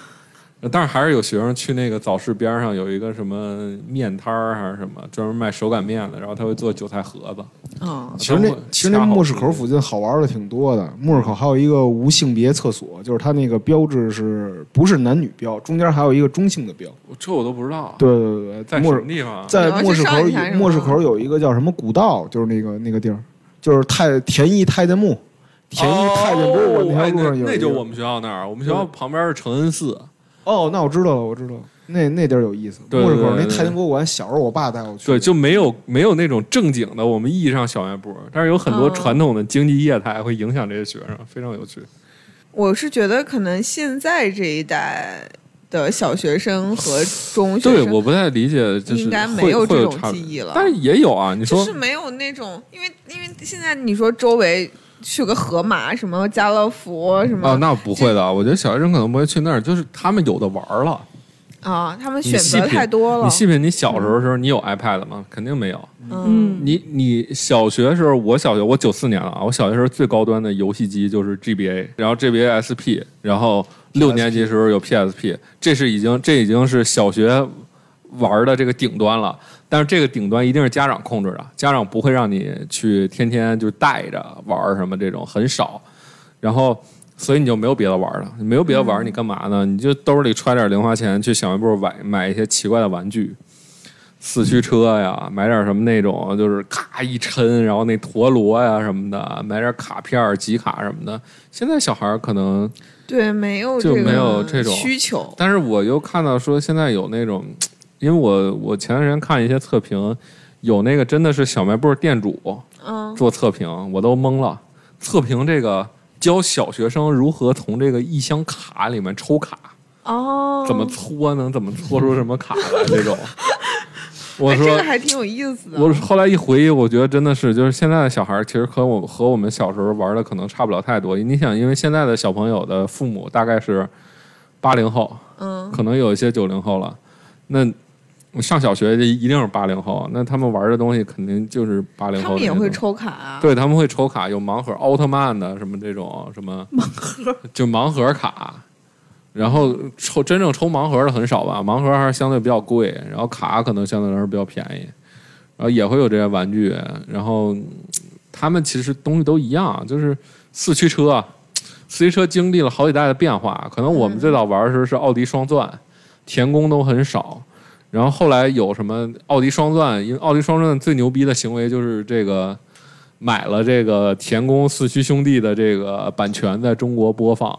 [SPEAKER 3] 但是还是有学生去那个早市边上有一个什么面摊儿还是什么，专门卖手擀面的，然后他会做韭菜盒子。
[SPEAKER 1] 嗯，
[SPEAKER 2] 其实那其实那墨市口附近好玩的挺多的，墨市口还有一个无性别厕所，就是它那个标志是不是男女标，中间还有一个中性的标。
[SPEAKER 3] 这我都不知道，啊
[SPEAKER 2] 对对对对，
[SPEAKER 3] 在什
[SPEAKER 2] 墨
[SPEAKER 3] 么
[SPEAKER 2] 尔
[SPEAKER 3] 地方啊？
[SPEAKER 1] 你
[SPEAKER 2] 在
[SPEAKER 1] 要
[SPEAKER 2] 墨
[SPEAKER 1] 去
[SPEAKER 2] 市
[SPEAKER 1] 上
[SPEAKER 2] 口
[SPEAKER 1] 一下是
[SPEAKER 2] 有
[SPEAKER 1] 吗
[SPEAKER 2] 墨市口有一个叫什么古道，就是那个那个地儿，就是太田义太监墓，田义太监不是我
[SPEAKER 3] 哦
[SPEAKER 2] 那条路上
[SPEAKER 3] 哎
[SPEAKER 2] 有
[SPEAKER 3] 那，那
[SPEAKER 2] 一
[SPEAKER 3] 就
[SPEAKER 2] 个
[SPEAKER 3] 我们学校那儿，我们学校旁边是承恩寺，
[SPEAKER 2] 哦，那我知道了，我知道了，那那地儿有意思。
[SPEAKER 3] 对
[SPEAKER 2] 墨
[SPEAKER 3] 对
[SPEAKER 2] 市口
[SPEAKER 3] 对
[SPEAKER 2] 那
[SPEAKER 3] 对
[SPEAKER 2] 太监博物馆，小时候我爸带我去，
[SPEAKER 3] 对，就没有没有那种正经的我们意义上小卖部，但是有很多
[SPEAKER 1] 嗯
[SPEAKER 3] 传统的经济业态会影响这些学生，非常有趣。
[SPEAKER 1] 我是觉得可能现在这一代的小学生和中学
[SPEAKER 3] 对，
[SPEAKER 1] 生，
[SPEAKER 3] 我不太理解，就是
[SPEAKER 1] 应该
[SPEAKER 3] 会
[SPEAKER 1] 没有
[SPEAKER 3] 会
[SPEAKER 1] 这
[SPEAKER 3] 有
[SPEAKER 1] 种
[SPEAKER 3] 差别
[SPEAKER 1] 记忆了
[SPEAKER 3] 但是也有啊。你
[SPEAKER 1] 就
[SPEAKER 3] 说
[SPEAKER 1] 是没有那种，因为因为现在你说周围去个河马，什么家乐福，什
[SPEAKER 3] 哦，
[SPEAKER 1] 么
[SPEAKER 3] 那不会的啊，我觉得小学生可能不会去那儿，就是他们有的玩儿了。
[SPEAKER 1] 啊，他们
[SPEAKER 3] 你
[SPEAKER 1] 选
[SPEAKER 3] 细
[SPEAKER 1] 择
[SPEAKER 3] 品
[SPEAKER 1] 太多了
[SPEAKER 3] 你。细品，你小时候的时候你有 iPad 吗？肯定没有。
[SPEAKER 1] 嗯，
[SPEAKER 4] 嗯，
[SPEAKER 3] 你你小学时候，我小学我九四年了啊，我小学时候最高端的游戏机就是 GBA，然后 GBA SP，然后六年级时候有 PSP，这是已经这已经是小学玩的这个顶端了。但是这个顶端一定是家长控制的，家长不会让你去天天就带着玩儿什么这种很少，然后所以你就没有别的玩儿了，你没有别的玩儿，你干嘛呢？你就兜里揣点零花钱去小卖部买买一些奇怪的玩具，四驱车呀，买点什么那种就是咔一抻，然后那陀螺呀什么的，买点卡片儿、集卡什么的。现在小孩儿可能，
[SPEAKER 1] 对，没有
[SPEAKER 3] 就
[SPEAKER 1] 这个
[SPEAKER 3] 没有这种
[SPEAKER 1] 需求。
[SPEAKER 3] 但是我又看到说现在有那种，因为我我前段时间看一些测评，有那个真的是小卖部店主
[SPEAKER 1] 嗯，
[SPEAKER 3] 做测评，我都懵了。测评这个教小学生如何从这个一箱卡里面抽卡，
[SPEAKER 1] 哦，
[SPEAKER 3] 怎么搓能怎么搓出什么卡来这种。我
[SPEAKER 1] 哎
[SPEAKER 3] 说、
[SPEAKER 1] 这个还挺有意思的。
[SPEAKER 3] 我后来一回忆，我觉得真的是，就是现在的小孩儿其实和我和我们小时候玩的可能差不了太多。你想，因为现在的小朋友的父母大概是八零后，
[SPEAKER 1] 嗯，
[SPEAKER 3] 可能有一些九零后了。那上小学就一定是八零后，那他们玩的东西肯定就是八零
[SPEAKER 1] 他
[SPEAKER 3] 后。
[SPEAKER 1] 们也会，抽卡啊。
[SPEAKER 3] 对，他们会抽卡，有盲盒、奥特曼的什么这种什么盲盒， *laughs* 就盲盒卡。然后抽真正抽盲盒的很少吧，盲盒还是相对比较贵，然后卡可能相对来说比较便宜，然后也会有这些玩具，然后嗯他们其实东西都一样，就是四驱车，四驱车经历了好几代的变化，可能我们最早玩的时候是奥迪双钻，田工都很少，然后后来有什么奥迪双钻，因为奥迪双钻最牛逼的行为就是这个。买了这个田宫四驱兄弟的这个版权在中国播放，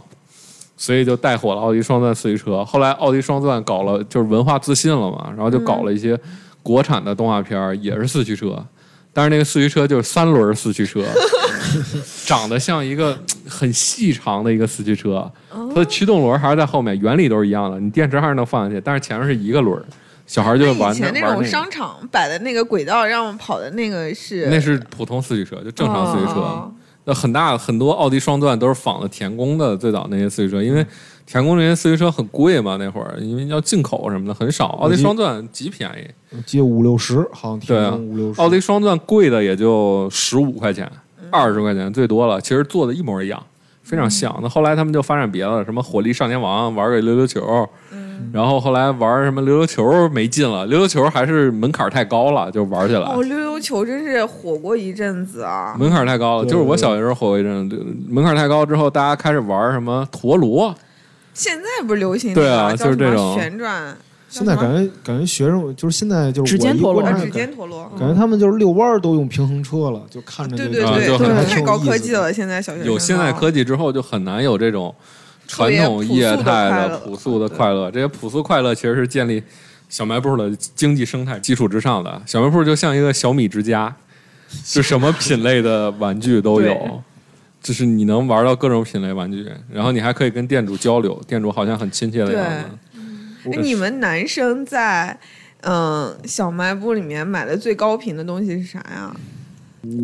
[SPEAKER 3] 所以就带火了奥迪双钻四驱车。后来奥迪双钻搞了就是文化自信了嘛，然后就搞了一些国产的动画片儿，也是四驱车，但是那个四驱车就是三轮四驱车， *laughs* 长得像一个很细长的一个四驱车，它的驱动轮还是在后面，原理都是一样的，你电池还是能放进去，但是前面是一个轮儿。小孩就
[SPEAKER 1] 那
[SPEAKER 3] 玩
[SPEAKER 1] 以前
[SPEAKER 3] 着玩
[SPEAKER 1] 那
[SPEAKER 3] 那
[SPEAKER 1] 种
[SPEAKER 3] 个
[SPEAKER 1] 商场摆的那个轨道让我跑的那个是
[SPEAKER 3] 那是普通四驱车，就正常啊四驱车。
[SPEAKER 1] 哦
[SPEAKER 3] 那很大很多奥迪双钻都是仿的田宫的最早那些四驱车，因为田宫那些四驱车很贵嘛，那会儿因为要进口什么的很少。奥迪双钻极便宜，
[SPEAKER 2] 我记得五六十，好像听
[SPEAKER 3] 对啊
[SPEAKER 2] 说五六十。
[SPEAKER 3] 奥迪双钻贵的也就十五块钱、二十块钱最多了，其实做的一模一样，非常像。那后来他们就发展别的，什么火力少年王玩个溜溜球，然后后来玩什么溜溜球没劲了，溜溜球还是门槛太高了，就玩起来。
[SPEAKER 1] 哦，溜溜球真是火过一阵子啊！
[SPEAKER 3] 门槛太高了，就是我小学时候火过一阵，门槛太高之后，大家开始玩什么陀螺，
[SPEAKER 1] 现在不是流行
[SPEAKER 3] 对啊
[SPEAKER 1] 那个
[SPEAKER 3] 就是
[SPEAKER 1] 叫什么
[SPEAKER 3] 这种
[SPEAKER 1] 旋转，呃
[SPEAKER 2] 现在
[SPEAKER 1] 叫什
[SPEAKER 2] 感
[SPEAKER 1] 么
[SPEAKER 2] 觉感觉学生就是现在就是
[SPEAKER 4] 指
[SPEAKER 2] 我
[SPEAKER 4] 尖
[SPEAKER 2] 一
[SPEAKER 4] 陀螺
[SPEAKER 2] 观察
[SPEAKER 1] 啊
[SPEAKER 3] 嗯
[SPEAKER 4] 感
[SPEAKER 1] 指
[SPEAKER 4] 觉
[SPEAKER 1] 尖陀螺，
[SPEAKER 2] 感觉他们就是遛弯儿都用平衡车了，就看着
[SPEAKER 1] 对
[SPEAKER 2] 那
[SPEAKER 1] 对
[SPEAKER 2] 个
[SPEAKER 3] 啊
[SPEAKER 1] 对，
[SPEAKER 3] 就很
[SPEAKER 1] 对
[SPEAKER 2] 还挺
[SPEAKER 1] 太
[SPEAKER 2] 有
[SPEAKER 1] 高
[SPEAKER 2] 意思
[SPEAKER 1] 科技
[SPEAKER 2] 的。
[SPEAKER 1] 了，现在小学生啊
[SPEAKER 3] 有现代科
[SPEAKER 1] 技，
[SPEAKER 3] 技之后，就很难有这种
[SPEAKER 1] 特
[SPEAKER 3] 传
[SPEAKER 1] 别
[SPEAKER 3] 统业态的朴
[SPEAKER 1] 朴
[SPEAKER 3] 素
[SPEAKER 1] 素
[SPEAKER 3] 的
[SPEAKER 1] 的
[SPEAKER 3] 快乐。这些朴素快乐其实是建立小卖部的经济生态基础之上的。小卖部就像一个小米之家，就什么品类的玩具都
[SPEAKER 4] 对
[SPEAKER 3] 有。就是你能玩到各种品类玩具，然后你还可以跟店主交流，店主好像很亲切的样子。
[SPEAKER 1] 哎，你们男生在嗯、小卖部里面买的最高频的东西是啥呀？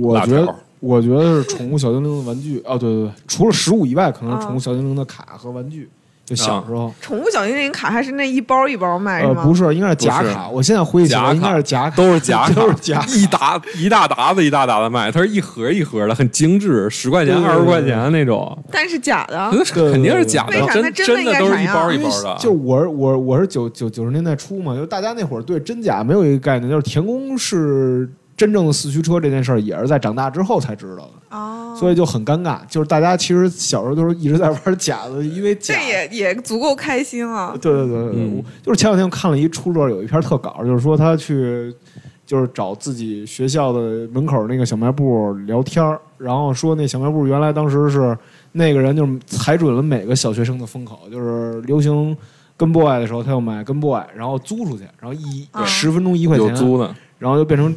[SPEAKER 2] 我觉
[SPEAKER 3] 辣条
[SPEAKER 2] 得，我觉得是宠物小精灵的玩具。哦，对对对，除了食物以外，可能是宠
[SPEAKER 1] 嗯
[SPEAKER 2] 物小精灵的卡和玩具。
[SPEAKER 3] 啊
[SPEAKER 2] 就小时候，
[SPEAKER 1] 宠物小精灵卡还是那一包一包卖是
[SPEAKER 2] 呃，
[SPEAKER 1] 吗？
[SPEAKER 2] 不是，应该是假
[SPEAKER 3] 不是
[SPEAKER 2] 卡。我现在回忆起
[SPEAKER 3] 假卡
[SPEAKER 2] 来，应该是假卡，
[SPEAKER 3] 都是假卡，
[SPEAKER 2] 都是 *laughs* 假卡。
[SPEAKER 3] 一沓一大沓子一大沓的卖，它是一盒一盒的，很精致，十块钱、
[SPEAKER 2] 对对
[SPEAKER 3] 二
[SPEAKER 2] 对
[SPEAKER 3] 十块钱的那种，
[SPEAKER 1] 但是假的。
[SPEAKER 3] 那
[SPEAKER 2] 对对
[SPEAKER 3] 肯定是假
[SPEAKER 1] 为
[SPEAKER 3] 的
[SPEAKER 1] 啥，那
[SPEAKER 3] 啊真
[SPEAKER 1] 真的
[SPEAKER 3] 真
[SPEAKER 1] 应该
[SPEAKER 3] 的都是啊一
[SPEAKER 1] 啥
[SPEAKER 3] 包一
[SPEAKER 2] 因为
[SPEAKER 3] 包 *laughs* 的。
[SPEAKER 2] 就我是我我是九九九十年代初嘛，就大家那会儿对真假没有一个概念，就是田宫是真正的四驱车这件事儿，也是在长大之后才知道的，
[SPEAKER 1] 哦，
[SPEAKER 2] 所以就很尴尬。就是大家其实小时候就是一直在玩假的，因为假
[SPEAKER 1] 这
[SPEAKER 2] 的。
[SPEAKER 1] 也也足够开心
[SPEAKER 3] *laughs*
[SPEAKER 1] 了。
[SPEAKER 2] 对对对对，对我
[SPEAKER 3] 嗯
[SPEAKER 2] 就是前两天我看了一出乐，有一篇特稿，就是说他去就是找自己学校的门口那个小卖部聊天儿，然后说那小卖部原来当时是那个人就是踩准了每个小学生的风口，就是流行。跟 boy 的时候，他就买跟 boy，然后租出去，然后一
[SPEAKER 1] 啊
[SPEAKER 2] 十分钟一块
[SPEAKER 3] 有
[SPEAKER 2] 钱，
[SPEAKER 3] 租呢，
[SPEAKER 2] 然后就变成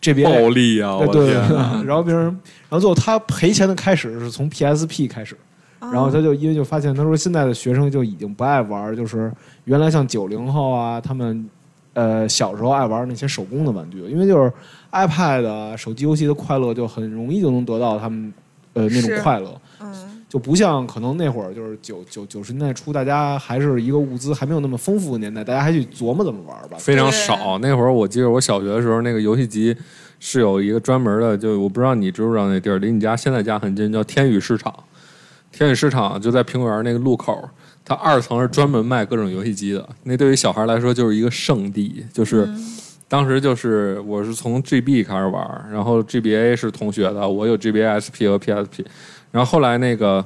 [SPEAKER 2] 这边
[SPEAKER 3] 暴利啊！
[SPEAKER 2] 哎对
[SPEAKER 3] 我
[SPEAKER 2] 对，
[SPEAKER 3] 天
[SPEAKER 2] 对
[SPEAKER 3] 哪，
[SPEAKER 2] *laughs* 然后变成，然后最后他赔钱的开始是从 PSP 开始，
[SPEAKER 1] 然
[SPEAKER 2] 然后他就因为就发现，他说现在的学生就已经不爱玩，就是原来像九零后啊，他们呃小时候爱玩那些手工的玩具，因为就是 iPad 啊、手机游戏的快乐就很容易就能得到他们呃那种
[SPEAKER 1] 是
[SPEAKER 2] 快乐，
[SPEAKER 1] 嗯
[SPEAKER 2] 就不像可能那会儿就是九九九十年代初，大家还是一个物资还没有那么丰富的年代，大家还去琢磨怎么玩吧。
[SPEAKER 3] 非常
[SPEAKER 1] 对
[SPEAKER 3] 少。啊那会儿我记得我小学的时候，那个游戏机是有一个专门的，就我不知道你知不知道那地儿，离你家现在家很近，叫天宇市场。天宇市场就在平果园那个路口，它二层是专门卖各种游戏机的。那对于小孩来说就是一个圣地，就是。当时就是我是从 GB 开始玩儿，然后 GBA 是同学的，我有 GBA SP 和 PSP，然后后来那个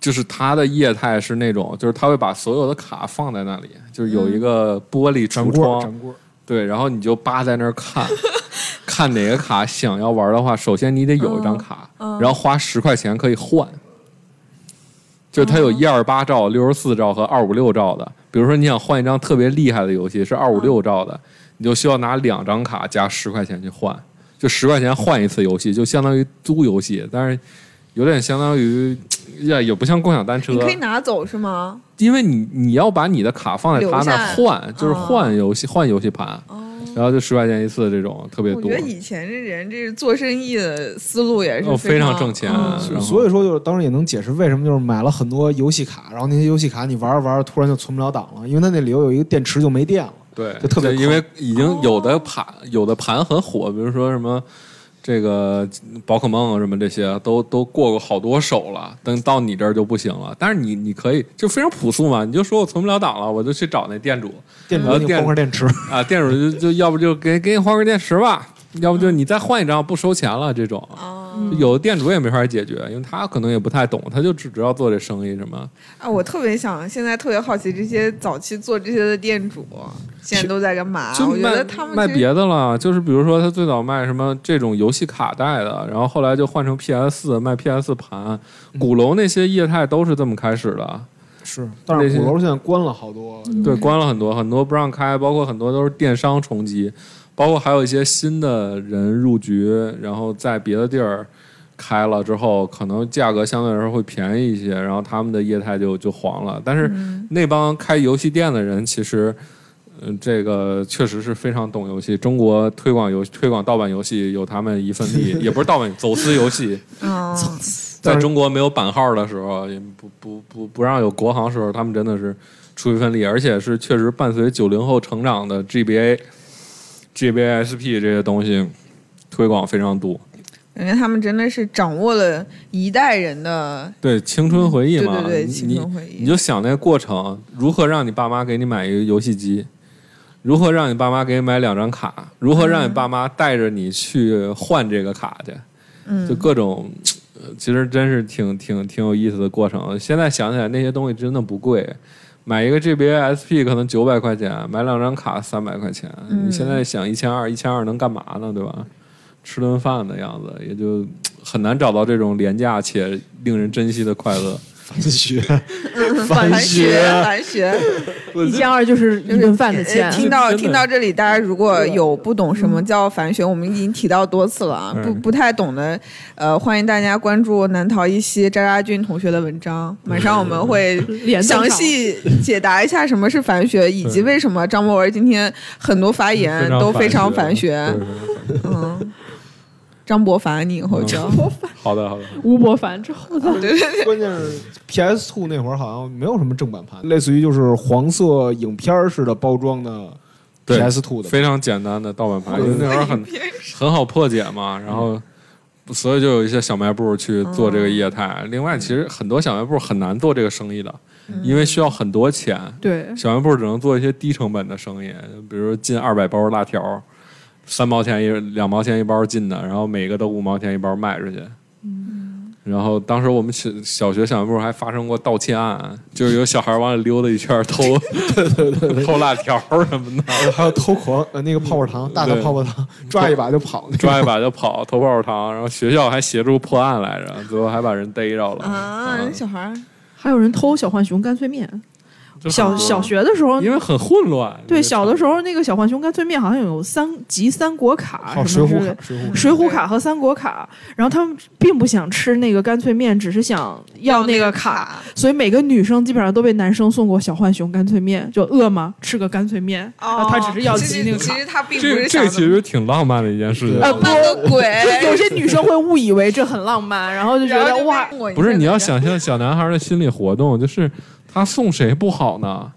[SPEAKER 3] 就是它的业态是那种，就是它会把所有的卡放在那里，就是有一个玻璃
[SPEAKER 2] 展
[SPEAKER 3] 橱
[SPEAKER 2] 柜儿，
[SPEAKER 3] 窗，
[SPEAKER 2] 展柜儿，
[SPEAKER 3] 对，然后你就扒在那儿看， *laughs* 看哪个卡想要玩的话，首先你得有
[SPEAKER 1] 嗯
[SPEAKER 3] 一张卡，然后花十块钱可以换。就是它有
[SPEAKER 1] 嗯
[SPEAKER 3] 一二八兆、六十四兆和二五六兆的。比如说你想换一张特别厉害的游戏是
[SPEAKER 1] 嗯
[SPEAKER 3] 二五六兆的，你就需要拿两张卡加十块钱去换，就十块钱换一次游戏，就相当于租游戏，但是有点相当于呀，也不像共享单车。
[SPEAKER 1] 你可以拿走是吗？
[SPEAKER 3] 因为你你要把你的卡放在他那
[SPEAKER 1] 留
[SPEAKER 3] 儿
[SPEAKER 1] 下哦
[SPEAKER 3] 换，就是换游戏、换游戏盘，然后就十块钱一次这种特别
[SPEAKER 1] 我
[SPEAKER 3] 多
[SPEAKER 1] 觉，得以前这人这是做生意的思路也是
[SPEAKER 3] 哦非
[SPEAKER 1] 常
[SPEAKER 3] 常挣钱
[SPEAKER 1] 嗯
[SPEAKER 3] 是
[SPEAKER 2] 所
[SPEAKER 3] 然后
[SPEAKER 2] 所以说，就是当时也能解释为什么就是买了很多游戏卡，然后那些游戏卡你玩着玩着突然就存不了档了，因为它那里头有一个电池就没电了。
[SPEAKER 3] 对，
[SPEAKER 2] 就特别
[SPEAKER 3] 因为已经有
[SPEAKER 1] 哦
[SPEAKER 3] 的盘、有的盘很火，比如说什么。这个宝可梦啊，什么这些都都过过好多手了，等到你这儿就不行了。但是你你可以就非常朴素嘛，你就说我存不了档了，我就去找那店主
[SPEAKER 2] 店主
[SPEAKER 3] 嗯
[SPEAKER 2] 给你换块呃电池，
[SPEAKER 3] 啊，店主就就要不就给给你换个电池吧，要不就你再换一张不收钱了这种。
[SPEAKER 1] 哦
[SPEAKER 3] 有的店主也没法解决，因为他可能也不太懂，他就只知道做这生意什么。
[SPEAKER 1] 啊！我特别想，现在特别好奇这些早期做这些的店主现在都在干嘛？
[SPEAKER 3] 就
[SPEAKER 1] 啊我觉
[SPEAKER 3] 卖
[SPEAKER 1] 得他们
[SPEAKER 3] 卖
[SPEAKER 1] 其实
[SPEAKER 3] 别的了，就是比如说他最早卖什么这种游戏卡带的，然后后来就换成 PS 卖 PS 盘，
[SPEAKER 1] 嗯
[SPEAKER 3] 鼓楼那些业态都是这么开始的。
[SPEAKER 2] *laughs* 是， *laughs* 但是鼓楼现在关了好 *laughs* 多。
[SPEAKER 3] 对，关了很多，很多不让开，包括很多都是电商冲击，包括还有一些新的人入局，然后在别的地儿开了之后，可能价格相对来说会便宜一些，然后他们的业态就就黄了。但是那帮开游戏店的人，其实。嗯，这个确实是非常懂游戏。中国推广游推广盗版游戏有他们一份力，也不是盗版走私游戏，
[SPEAKER 1] 嗯，
[SPEAKER 3] 在
[SPEAKER 2] 但是
[SPEAKER 3] 中国没有版号的时候，也不不不不让有国行时候，他们真的是出一份力，而且是确实伴随九零后成长的 GBA、GBA SP 这些东西推广非常多。
[SPEAKER 1] 感觉他们真的是掌握了一代人的
[SPEAKER 3] 对青春回忆
[SPEAKER 1] 对
[SPEAKER 3] 嘛，
[SPEAKER 1] 对对
[SPEAKER 3] 你
[SPEAKER 1] 青春回忆
[SPEAKER 3] 你，你就想那个过程，如何让你爸妈给你买一个游戏机，如何让你爸妈给你买两张卡，如何让你爸妈带着你去换这个卡去，就
[SPEAKER 1] 嗯
[SPEAKER 3] 各种，呃其实真是挺挺挺有意思的过程。现在想起来，那些东西真的不贵，买一个 GBA SP 可能九百块钱，买两张卡三百块钱。你现在想一千二，一千二能干嘛呢？对吧？吃顿饭的样子也就很难找到这种廉价且令人珍惜的快乐。
[SPEAKER 2] 反学，
[SPEAKER 1] 反学，
[SPEAKER 2] 学，
[SPEAKER 1] 反学。
[SPEAKER 3] *laughs*
[SPEAKER 4] 一千二就是一顿饭的钱
[SPEAKER 1] 呃。听到
[SPEAKER 3] 真的
[SPEAKER 1] 听到这里，大家如果有不懂什么叫反学，我们已经提到多次了啊，不
[SPEAKER 3] 嗯
[SPEAKER 1] 不太懂的，呃，欢迎大家关注南逃一夕渣渣俊同学的文章，马上我们
[SPEAKER 3] *laughs*
[SPEAKER 1] 会
[SPEAKER 4] 连登场
[SPEAKER 1] 详细解答一下什么是反学，以及为什么张博文今天很多发言都非常反学。
[SPEAKER 3] 对对对嗯
[SPEAKER 1] 嗯，张博凡，你以后叫。
[SPEAKER 3] *laughs* 好的，好的。
[SPEAKER 4] 吴伯凡之
[SPEAKER 3] *laughs*
[SPEAKER 4] 后的，
[SPEAKER 1] 对对对，
[SPEAKER 2] *laughs* 关键是 PS Two 那会儿好像没有什么正版盘，类似于就是黄色影片儿似的包装的
[SPEAKER 3] 对
[SPEAKER 2] PS Two 的，*laughs*
[SPEAKER 3] 非常简单的盗版盘，
[SPEAKER 2] 对
[SPEAKER 3] 因为那会儿很很好破解嘛，然后。所以就有一些小卖部去做这个业态。另外，其实很多小卖部很难做这个生意的，因为需要很多钱。
[SPEAKER 4] 对，
[SPEAKER 3] 小卖部只能做一些低成本的生意，比如进二百包辣条，三毛钱一两毛钱一包进的，然后每个都五毛钱一包卖出去。
[SPEAKER 4] 嗯
[SPEAKER 3] 然后当时我们小小学小卖部还发生过盗窃案，就是有小孩往里溜达一圈偷偷辣条什么的，
[SPEAKER 2] 还有偷狂呃那个泡泡糖，大的
[SPEAKER 3] 对
[SPEAKER 2] 泡泡糖，抓一把就跑，
[SPEAKER 3] 抓一把就跑，偷泡泡糖，然后学校还协助破案来着，最后还把人逮着了。
[SPEAKER 1] 啊，
[SPEAKER 3] 嗯
[SPEAKER 1] 小孩儿，
[SPEAKER 4] 还有人偷小浣熊干脆面。
[SPEAKER 3] 就很
[SPEAKER 4] 小
[SPEAKER 3] 多
[SPEAKER 4] 小学的时候，
[SPEAKER 3] 哦因为很混乱，
[SPEAKER 4] 对小的时
[SPEAKER 3] 候
[SPEAKER 4] 候那个小浣熊干脆面好像有三集三国卡
[SPEAKER 2] 还有
[SPEAKER 4] 什
[SPEAKER 2] 哦水
[SPEAKER 4] 么之类
[SPEAKER 2] 浒
[SPEAKER 4] 的
[SPEAKER 2] 卡，。水浒卡
[SPEAKER 4] 水浒卡和三国卡，然后他们并不想吃那个干脆面，只是想要那个卡，所以每个女生基本上都被男生送过小浣熊干脆面，就饿吗？吃个干脆面，然
[SPEAKER 1] 哦
[SPEAKER 4] 后，他只是要集那个
[SPEAKER 1] 其
[SPEAKER 4] 卡
[SPEAKER 1] 实。他并不
[SPEAKER 3] 这
[SPEAKER 1] 是
[SPEAKER 3] 个这
[SPEAKER 1] 想
[SPEAKER 3] 个其实挺浪漫的一件事情。
[SPEAKER 2] 对
[SPEAKER 3] 啊
[SPEAKER 4] 呃，
[SPEAKER 1] 那
[SPEAKER 4] 不，
[SPEAKER 1] 个鬼，
[SPEAKER 4] 有些女生会误以为这很浪漫，然后就 *laughs* 觉
[SPEAKER 1] 然后
[SPEAKER 4] 得
[SPEAKER 1] 就
[SPEAKER 4] 哇，
[SPEAKER 1] 被我一
[SPEAKER 3] 不是
[SPEAKER 1] 下
[SPEAKER 3] 你
[SPEAKER 1] 子
[SPEAKER 3] 要
[SPEAKER 1] 就
[SPEAKER 3] 想象小男孩的心理活动，就是他送谁不好呢？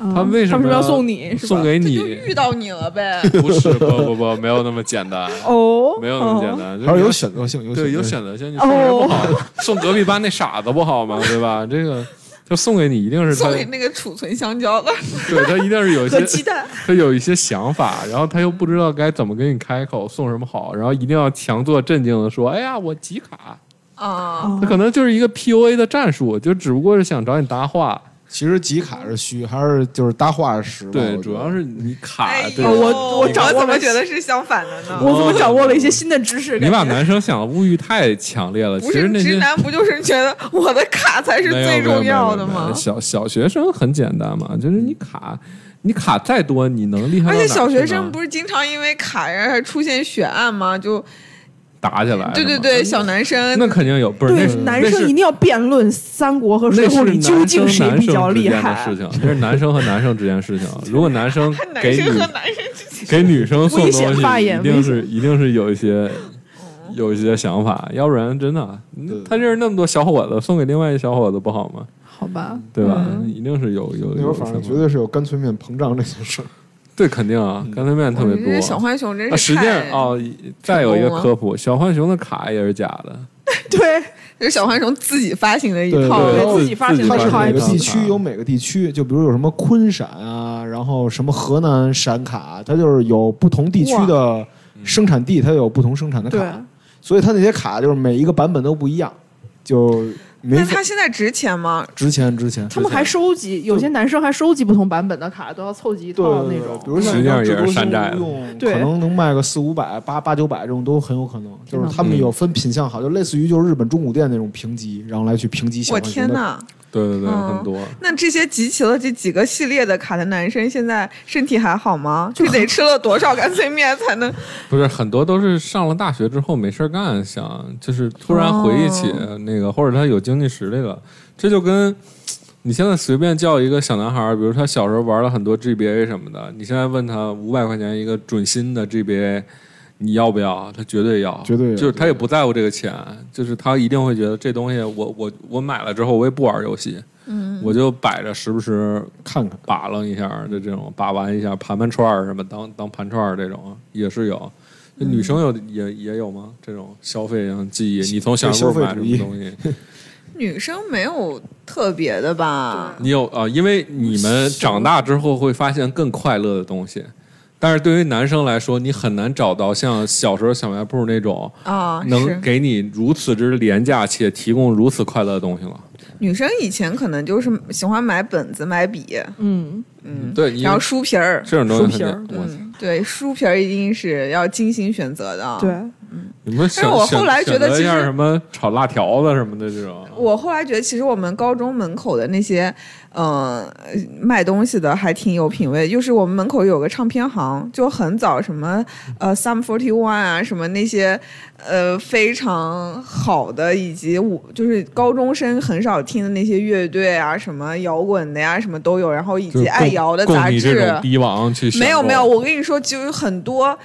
[SPEAKER 4] 嗯
[SPEAKER 3] 他为什
[SPEAKER 4] 他
[SPEAKER 3] 么
[SPEAKER 4] 么要送你？是吧
[SPEAKER 3] 送给
[SPEAKER 1] 这就
[SPEAKER 3] 你
[SPEAKER 1] 遇到你了呗。
[SPEAKER 3] 不 *laughs* 是不不不，没有那么简单，
[SPEAKER 4] 哦，
[SPEAKER 3] 没有那么
[SPEAKER 4] 哦
[SPEAKER 3] 简。单，就
[SPEAKER 2] 还
[SPEAKER 3] 是
[SPEAKER 2] 是有
[SPEAKER 3] 有
[SPEAKER 2] 选择性，有
[SPEAKER 3] 对
[SPEAKER 2] 择
[SPEAKER 3] 有
[SPEAKER 2] 性。
[SPEAKER 3] 选择性，你送人不好， *laughs* 送隔壁班那傻子不好吗？对吧？这个就送给你，一定是他
[SPEAKER 1] 送给那个储存香蕉 *laughs* 了，
[SPEAKER 3] 对他一定是有一
[SPEAKER 4] *laughs* 和
[SPEAKER 3] 些
[SPEAKER 4] 鸡蛋，
[SPEAKER 3] 他有一些想法，然后他又不知道该怎么给你开口送什么好，然后一定要强作镇静的说：“哎呀，我集卡。”
[SPEAKER 1] 啊，
[SPEAKER 4] 哦
[SPEAKER 3] 他可能就是一个 PUA 的战术，就只不过是想找你搭话。
[SPEAKER 2] 其实集卡是虚，还是就是搭话是实吧。
[SPEAKER 3] 对，
[SPEAKER 2] 我觉
[SPEAKER 3] 主
[SPEAKER 2] 得
[SPEAKER 3] 要是你卡
[SPEAKER 1] 哎，
[SPEAKER 3] 啊对
[SPEAKER 1] 呦，
[SPEAKER 4] 哦我
[SPEAKER 1] 我
[SPEAKER 4] 我掌握了
[SPEAKER 1] 怎么觉得是相反的呢？
[SPEAKER 4] 哦我怎么掌握了一些新的知识？
[SPEAKER 3] 哦你把
[SPEAKER 4] 感觉
[SPEAKER 3] 男生想的物欲太强烈了，其
[SPEAKER 1] 不
[SPEAKER 3] 实
[SPEAKER 1] 是
[SPEAKER 3] 那些
[SPEAKER 1] 直男不就是觉得我的卡才是
[SPEAKER 3] 没有
[SPEAKER 1] 最重要的
[SPEAKER 3] 没有没有没
[SPEAKER 1] 吗？
[SPEAKER 3] 有
[SPEAKER 1] 嗯
[SPEAKER 3] 小小学生很简单嘛，就是你卡，你卡再多，你能厉害到
[SPEAKER 1] 而
[SPEAKER 3] 哪儿
[SPEAKER 1] 且
[SPEAKER 3] 去呢？
[SPEAKER 1] 小学生不是经常因为卡呀还出现血案吗？就
[SPEAKER 3] 打起来了嘛，
[SPEAKER 1] 对对对，小男生
[SPEAKER 3] 哎那肯定有，不是那
[SPEAKER 4] 对
[SPEAKER 3] 是
[SPEAKER 4] 男
[SPEAKER 3] 那
[SPEAKER 4] 生
[SPEAKER 3] 是
[SPEAKER 4] 一定要辩论三国和水
[SPEAKER 3] 那
[SPEAKER 4] 浒
[SPEAKER 3] 是
[SPEAKER 4] 里
[SPEAKER 3] 男
[SPEAKER 4] 究竟
[SPEAKER 3] 生
[SPEAKER 4] 谁
[SPEAKER 3] 男
[SPEAKER 4] 比
[SPEAKER 3] 生
[SPEAKER 4] 较
[SPEAKER 3] 之
[SPEAKER 4] 厉
[SPEAKER 3] 间的事
[SPEAKER 4] 害。
[SPEAKER 3] 情，这是男生和男生之间的事
[SPEAKER 1] *laughs*
[SPEAKER 3] 情。如果男生
[SPEAKER 1] 男
[SPEAKER 3] 给
[SPEAKER 1] 生
[SPEAKER 3] 女
[SPEAKER 1] 和男生之间
[SPEAKER 3] 给女生送
[SPEAKER 4] 危
[SPEAKER 3] 东
[SPEAKER 4] 险
[SPEAKER 3] 西，
[SPEAKER 4] 发言
[SPEAKER 3] 一定
[SPEAKER 4] 危
[SPEAKER 3] 是一定是有一些有一些想法，要不然真的，
[SPEAKER 2] 对
[SPEAKER 3] 他认识那么多小伙子，送给另外一小伙子不好吗？
[SPEAKER 4] 好吧，
[SPEAKER 3] 对吧？
[SPEAKER 4] 嗯
[SPEAKER 3] 一定是有有
[SPEAKER 2] 那会
[SPEAKER 3] 呃有
[SPEAKER 2] 儿反正
[SPEAKER 3] 什
[SPEAKER 2] 绝
[SPEAKER 3] 么
[SPEAKER 2] 对是有干脆面膨胀这件事儿。
[SPEAKER 3] 对，肯定啊，
[SPEAKER 2] 嗯
[SPEAKER 3] 干脆面特别
[SPEAKER 1] 你这小
[SPEAKER 3] 多。
[SPEAKER 1] 浣熊真是
[SPEAKER 3] 啊，实际上
[SPEAKER 1] 太，
[SPEAKER 3] 哦，再有一个
[SPEAKER 1] 成功了
[SPEAKER 3] 科普，小浣熊的卡也是假的，
[SPEAKER 4] 对，
[SPEAKER 1] 这是小浣熊自己发行的一
[SPEAKER 2] 对
[SPEAKER 1] 套
[SPEAKER 2] 对
[SPEAKER 1] 对
[SPEAKER 4] 哦自己发行
[SPEAKER 2] 它
[SPEAKER 4] 的
[SPEAKER 2] 是
[SPEAKER 4] 是好
[SPEAKER 2] 每
[SPEAKER 4] 像
[SPEAKER 2] 个
[SPEAKER 3] 是
[SPEAKER 2] 地区有每个地区，就比如有什么昆陕啊，然后什么河南陕卡，啊它就是有不同地区的生产地，它有不同生产的
[SPEAKER 3] *laughs*
[SPEAKER 4] 对
[SPEAKER 2] 卡，所以它那些卡就是每一个版本都不一样，就没
[SPEAKER 1] 那
[SPEAKER 2] 法
[SPEAKER 1] 它现在值钱吗？
[SPEAKER 2] 值钱值钱。
[SPEAKER 4] 他们还收集，有些男生还收集不同版本的卡，都要凑集一
[SPEAKER 2] 对
[SPEAKER 4] 套，那
[SPEAKER 2] 对对比
[SPEAKER 4] 种。
[SPEAKER 2] 如像
[SPEAKER 3] 实际上也是
[SPEAKER 2] 这种智多
[SPEAKER 3] 山寨的
[SPEAKER 2] 星无用
[SPEAKER 4] 对
[SPEAKER 2] 可能能卖个四五百、八八九百这种都很有可能。就是他们
[SPEAKER 3] 嗯
[SPEAKER 2] 有分品相好，就类似于就是日本中古店那种评级，然后来去评级小
[SPEAKER 1] 我
[SPEAKER 2] 浣熊
[SPEAKER 1] 天
[SPEAKER 2] 的
[SPEAKER 1] 哪！
[SPEAKER 3] 对对对，
[SPEAKER 1] 嗯
[SPEAKER 3] 很多。
[SPEAKER 1] 那这些集齐了这几个系列的卡的男生，现在身体还好吗？这得吃了多少 *laughs* 干脆面才能？
[SPEAKER 3] 不是很多都是上了大学之后没事儿干，想就是突然回忆起那个，或者他有经济实力了，这就跟你现在随便叫一个小男孩儿，比如他小时候玩了很多 GBA 什么的，你现在问他五百块钱一个准新的 GBA，你要不要？他绝对要，
[SPEAKER 2] 绝对要
[SPEAKER 3] 就是他也不在乎这个钱，就是他一定会觉得这东西我我我买了之后我也不玩游戏，嗯，我就摆着时不时
[SPEAKER 2] 看看。
[SPEAKER 3] 把楞一下儿的这种，把玩一下盘盘串儿什么，当当盘串儿这种也是有。那
[SPEAKER 1] 嗯
[SPEAKER 3] 女生有也也有吗？这种消费上记忆，你从小时候买什么东西？
[SPEAKER 1] 女生没有特别的吧？
[SPEAKER 3] 你有啊、因为你们长大之后会发现更快乐的东西，但是对于男生来说，你很难找到像小时候小卖部那种
[SPEAKER 1] 啊，
[SPEAKER 3] 能
[SPEAKER 1] 是
[SPEAKER 3] 给你如此之廉价且提供如此快乐的东西了。
[SPEAKER 1] 女生以前可能就是喜欢买本子、买笔，
[SPEAKER 4] 嗯，
[SPEAKER 1] 嗯，
[SPEAKER 3] 对，你
[SPEAKER 1] 然后书皮儿，
[SPEAKER 3] 这种东西
[SPEAKER 1] 嗯
[SPEAKER 4] 书皮儿
[SPEAKER 3] 很简，我
[SPEAKER 4] 啊
[SPEAKER 1] 嗯，对，书皮儿一定是要精心选择的。
[SPEAKER 4] 对，，
[SPEAKER 3] 你们选
[SPEAKER 1] 但是我后来
[SPEAKER 3] 选
[SPEAKER 1] 觉得
[SPEAKER 3] 选择一
[SPEAKER 1] 其
[SPEAKER 3] 下
[SPEAKER 1] 实
[SPEAKER 3] 什么炒辣条子什么的这种，
[SPEAKER 1] 我后来觉得，其实我们高中门口的那些，嗯、卖东西的还挺有品位。就是我们门口有个唱片行，就很早什么呃 Sum Forty One 啊，什么那些呃非常好的，以及我就是高中生很少听的那些乐队啊，什么摇滚的呀、什么都有，然后以
[SPEAKER 3] 就是
[SPEAKER 1] 及爱摇的
[SPEAKER 3] 供
[SPEAKER 1] 杂
[SPEAKER 3] 供你
[SPEAKER 1] 志。啊
[SPEAKER 3] 这种逼王去选
[SPEAKER 1] 没有
[SPEAKER 3] 购
[SPEAKER 1] 没有，我跟你说，就是很多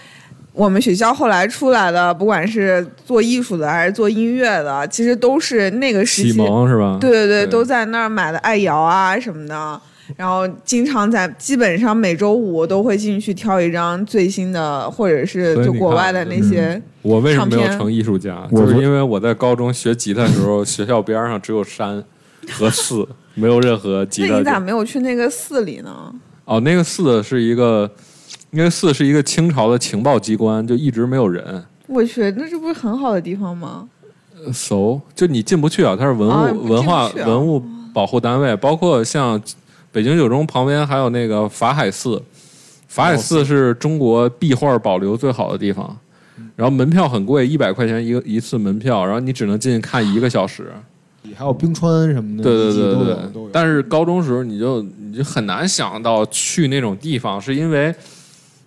[SPEAKER 1] 我们学校后来出来的，不管是做艺术的还是做音乐的，其实都是那个时
[SPEAKER 3] 启
[SPEAKER 1] 期，
[SPEAKER 3] 蒙是吧？
[SPEAKER 1] 对对对，
[SPEAKER 3] 对
[SPEAKER 1] 都在那儿买的爱摇啊什么的。然后经常在基本上每周五都会进去挑一张最新的，或者是
[SPEAKER 3] 所以
[SPEAKER 1] 就
[SPEAKER 3] 你
[SPEAKER 1] 国
[SPEAKER 3] 看嗯
[SPEAKER 1] 外的
[SPEAKER 3] 就
[SPEAKER 1] 那些。
[SPEAKER 3] 我为什么没有
[SPEAKER 1] 唱片
[SPEAKER 3] 成艺术家？
[SPEAKER 2] 我
[SPEAKER 3] 就是因为我在高中学吉他的时候，学校边上只有山和寺，没有任何吉
[SPEAKER 1] 那
[SPEAKER 3] 他
[SPEAKER 1] 你咋
[SPEAKER 3] 店。
[SPEAKER 1] 没有去那个寺里呢？
[SPEAKER 3] 哦，那个寺是一个，那个寺是一个清朝的情报机关，就一直没有人。
[SPEAKER 1] 我去，那这不是很好的地方吗？
[SPEAKER 3] 呃熟，就你进不去啊，它是文物、
[SPEAKER 1] 啊你不进
[SPEAKER 3] 文化
[SPEAKER 1] 去啊
[SPEAKER 3] 文物保护单位，包括像北京九中旁边还有那个法海寺，法海
[SPEAKER 1] 哦
[SPEAKER 3] 寺是中国壁画保留最好的地方。
[SPEAKER 1] 嗯
[SPEAKER 3] 然后门票很贵，一百块钱一个一次门票，然后你只能进去看一个小时。
[SPEAKER 2] 还有冰川什
[SPEAKER 1] 嗯
[SPEAKER 2] 么的，
[SPEAKER 3] 对对
[SPEAKER 2] 遗迹
[SPEAKER 3] 对
[SPEAKER 2] 都
[SPEAKER 3] 对
[SPEAKER 2] 有都
[SPEAKER 3] 对
[SPEAKER 2] 有。。
[SPEAKER 3] 但是高中时候你就你就很难想到去那种地方，是因为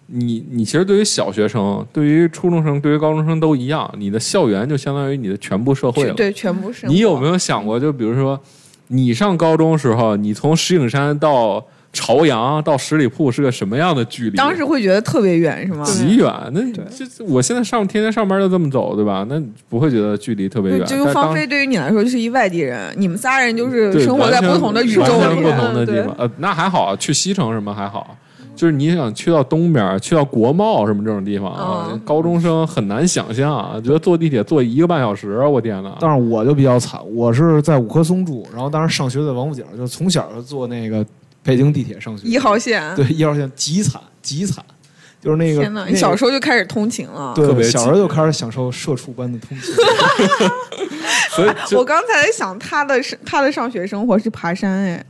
[SPEAKER 3] 你你其实对于小学生、对于初中生、对于高中生都一样，你的校园就相当于你的全部社会
[SPEAKER 1] 去
[SPEAKER 3] 了。
[SPEAKER 1] 对，全部是。
[SPEAKER 3] 你有没有想过，就比如说你上高中时候，你从石景山到朝阳到十里铺是个什么样的距离？
[SPEAKER 1] 当时会觉得特别远是吗？
[SPEAKER 3] 极远，那这这我现在上天天上班就这么走，对吧？那你不会觉得距离特别
[SPEAKER 1] 对，
[SPEAKER 3] 远。
[SPEAKER 1] 就
[SPEAKER 3] 但
[SPEAKER 1] 是方
[SPEAKER 3] 当
[SPEAKER 1] 菲对于你来说就是一外地人，你们仨人就是
[SPEAKER 3] 对，
[SPEAKER 1] 生活在
[SPEAKER 3] 完全
[SPEAKER 1] 不同的宇宙
[SPEAKER 3] 完全
[SPEAKER 1] 里
[SPEAKER 3] 不。同的地
[SPEAKER 4] 嗯
[SPEAKER 3] 方。呃，那还好啊，去西城什么还好，
[SPEAKER 1] 嗯
[SPEAKER 3] 就是你想去到东边儿，去到国贸什么这种地方啊，
[SPEAKER 1] 嗯
[SPEAKER 3] 高中生很难想象啊，觉得坐地铁坐一个半小时，啊我天呐！
[SPEAKER 2] 但是我就比较惨，我是在五棵松住，然后当时上学在王府井，就从小就坐那个北京地铁上学。
[SPEAKER 1] 一号线，
[SPEAKER 2] 对一号线极惨极惨，就是那个
[SPEAKER 1] 天哪，
[SPEAKER 2] 那
[SPEAKER 1] 你
[SPEAKER 2] 个
[SPEAKER 1] 小时候就开始通勤了。
[SPEAKER 3] 特
[SPEAKER 2] 对
[SPEAKER 3] 别
[SPEAKER 2] 小
[SPEAKER 3] 挤
[SPEAKER 2] 时候就开始享受社畜般的 *laughs* 通勤。
[SPEAKER 3] 所以就
[SPEAKER 1] 我刚才在想他的是他的上学生活是爬山哎，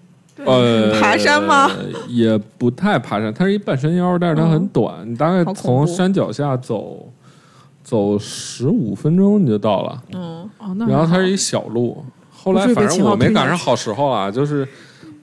[SPEAKER 3] *laughs* 呃，
[SPEAKER 1] 爬山吗？
[SPEAKER 3] 也不太爬山，它是一半山腰，但是它很短，你大概
[SPEAKER 1] 好恐
[SPEAKER 3] 从
[SPEAKER 1] 怖
[SPEAKER 3] 山脚下走走十五分钟你就到了。
[SPEAKER 1] 嗯，
[SPEAKER 4] 哦，那
[SPEAKER 3] 然后它是一
[SPEAKER 4] 一
[SPEAKER 3] 小路，后
[SPEAKER 4] 不
[SPEAKER 3] 来
[SPEAKER 4] 是被
[SPEAKER 3] 反正
[SPEAKER 4] 秦
[SPEAKER 3] 我
[SPEAKER 4] 昊
[SPEAKER 3] 没
[SPEAKER 4] 推
[SPEAKER 3] 赶
[SPEAKER 4] 荐
[SPEAKER 3] 上
[SPEAKER 4] 去
[SPEAKER 3] 好时候啊，就是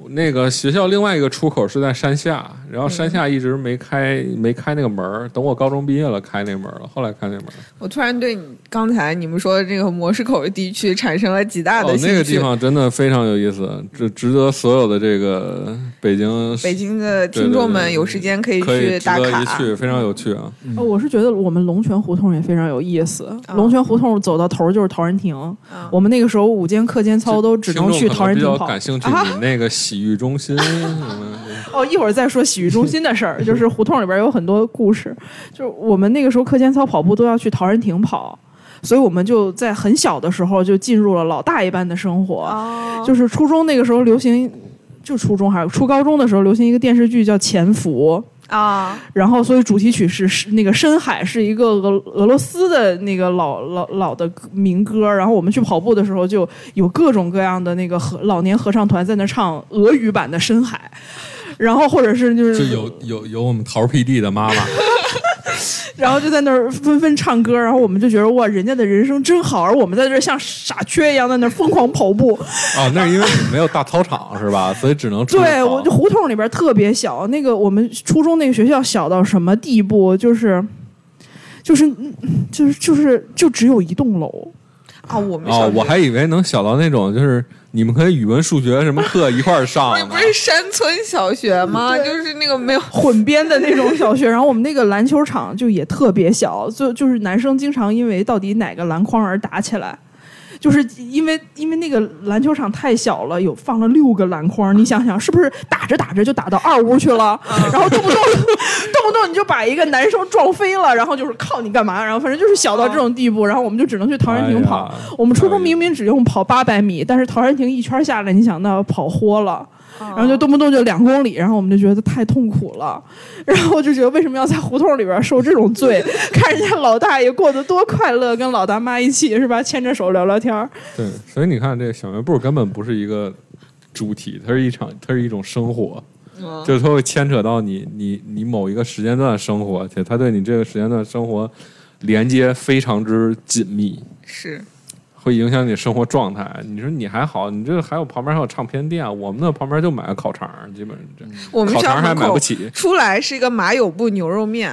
[SPEAKER 3] 那个学校另外一个出口是在山下，然后山下一直没开没开那个门儿，等我高中毕业了开那门儿了，后来开那门儿。
[SPEAKER 1] 我突然对你刚才你们说的这个模式口地区产生了极大的
[SPEAKER 3] 哦，
[SPEAKER 1] 兴趣。
[SPEAKER 3] 那个地方真的非常有意思，值值得所有的这个北京
[SPEAKER 1] 北京的听众
[SPEAKER 3] 对对
[SPEAKER 1] 们
[SPEAKER 3] 对
[SPEAKER 1] 有时间可以
[SPEAKER 3] 可以
[SPEAKER 1] 去
[SPEAKER 3] 值
[SPEAKER 1] 打
[SPEAKER 3] 得一
[SPEAKER 1] 卡。
[SPEAKER 3] 去，非常有趣啊。
[SPEAKER 4] 哦，我是觉得我们龙泉胡同也非常有意思。
[SPEAKER 1] 啊
[SPEAKER 4] 龙泉胡同走到头就是陶然亭，
[SPEAKER 1] 啊
[SPEAKER 4] 我们那个时候午间课间操都只能去
[SPEAKER 3] 听众可
[SPEAKER 4] 陶然
[SPEAKER 3] 比
[SPEAKER 4] 亭
[SPEAKER 3] 较
[SPEAKER 4] 跑。
[SPEAKER 3] 感兴趣，
[SPEAKER 1] 啊
[SPEAKER 3] 你那个洗浴中心什么的。
[SPEAKER 4] *laughs* 哦，一会儿再说洗浴中心的
[SPEAKER 3] *laughs*
[SPEAKER 4] 事儿，就是胡同里边有很多故事。就是我们那个时候课间操跑步都要去陶然亭跑，所以我们就在很小的时候就进入了老大一般的生
[SPEAKER 3] 啊
[SPEAKER 4] 活。
[SPEAKER 1] 哦
[SPEAKER 4] 就是初中那个时候流行，就初中还是初高中的时候流行一个电视剧叫《潜伏》。
[SPEAKER 1] 啊，
[SPEAKER 4] 然后，所以主题曲是是那个《深海》，是一个俄俄罗斯的那个老老老的民歌。然后我们去跑步的时候，就有各种各样的那个合老年合唱团在那唱俄语版的《深海》，然后或者是就是
[SPEAKER 3] 就有有有我们桃儿 PD 的妈妈，
[SPEAKER 4] 然后就在那儿纷纷唱歌，然后我们就觉得哇，人家的人生真好，而我们在这儿像傻缺一样在那儿疯狂跑步。
[SPEAKER 3] 哦，那是因为你没有大操场是吧？所以只能出去
[SPEAKER 4] 对，
[SPEAKER 3] 跑
[SPEAKER 4] 我就 *laughs* 胡同里边特别小，那个我们初中那个学校小到什么地步，就是。就是，嗯就是，就是，就只有一栋楼，
[SPEAKER 1] 啊，我们小
[SPEAKER 3] 哦，
[SPEAKER 1] 学
[SPEAKER 3] 我还以为能小到那种，就是你们可以语文、数学什么课一块儿
[SPEAKER 4] *laughs*
[SPEAKER 3] 上
[SPEAKER 1] 那
[SPEAKER 3] 呢
[SPEAKER 1] 不是山村小学吗？就是那个没有
[SPEAKER 4] 混编的那种小学。然后我们那个篮球场就也特别小，就就是男生经常因为到底哪个篮筐而打起来，就是因为因为那个篮球场太小了，有放了六个篮筐，你想想是不是打着打着就打到二屋去了，然后动不动动不动你就把一个男生撞飞了，然后就是靠你干嘛？然后反正就是小到这种地步，然后我们就只能去陶然亭跑。
[SPEAKER 3] 啊哎呀
[SPEAKER 4] 我们初中
[SPEAKER 3] 哎呀
[SPEAKER 4] 明明只用跑八百米，但是陶然亭一圈下来，你想那要跑豁了。然
[SPEAKER 1] 然
[SPEAKER 4] 后就动不动就两公里，然后我们就觉得太痛苦了， *laughs* 然后就觉得为什么要在胡同里边受这
[SPEAKER 1] *laughs*
[SPEAKER 4] 种罪？看人家老大爷过得多快乐，跟老大妈一起是吧，牵着手聊聊天儿。
[SPEAKER 3] 对，所以你看，这小卖部根本不是一个主体，它是一场，它是一种生活，
[SPEAKER 1] 嗯
[SPEAKER 3] 就是它会牵扯到你、你、你某一个时间段的生活，且它对你这个时间段的生活连接非常之紧密，
[SPEAKER 1] 是
[SPEAKER 3] 会影响你生活状态。你说你还好，你这还有旁边还有唱片店，我们那旁边就买个烤肠，基本上
[SPEAKER 1] 我
[SPEAKER 3] 这
[SPEAKER 1] 们
[SPEAKER 3] 烤
[SPEAKER 1] 校
[SPEAKER 3] 肠还
[SPEAKER 1] 门
[SPEAKER 3] 买不
[SPEAKER 1] 口
[SPEAKER 3] 起。
[SPEAKER 1] 出来是一个马友布牛肉面，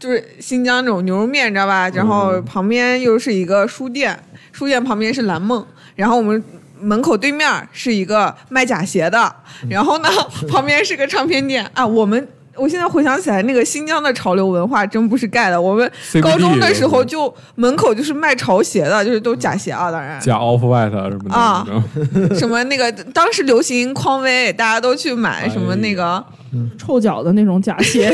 [SPEAKER 1] 就是新疆那种牛肉面，你知道吧？然后旁边又是一个书店，书店旁边是蓝梦，然后我们。门口对面是一个卖假鞋的，然后呢，旁边是个唱片店啊。我们我现在回想起来，那个新疆的潮流文化真不是盖的。我们
[SPEAKER 3] CBD
[SPEAKER 1] 高中的
[SPEAKER 3] 也
[SPEAKER 1] 时候
[SPEAKER 3] 有
[SPEAKER 1] 就门口就是卖潮鞋的，就是都假鞋啊，当然
[SPEAKER 3] 加 Off White 啊什么的，
[SPEAKER 1] 啊
[SPEAKER 3] 你知道吗
[SPEAKER 1] 什么那个当时流行匡威，大家都去买什么那个
[SPEAKER 4] 臭脚的那种
[SPEAKER 1] *laughs*
[SPEAKER 4] 假鞋，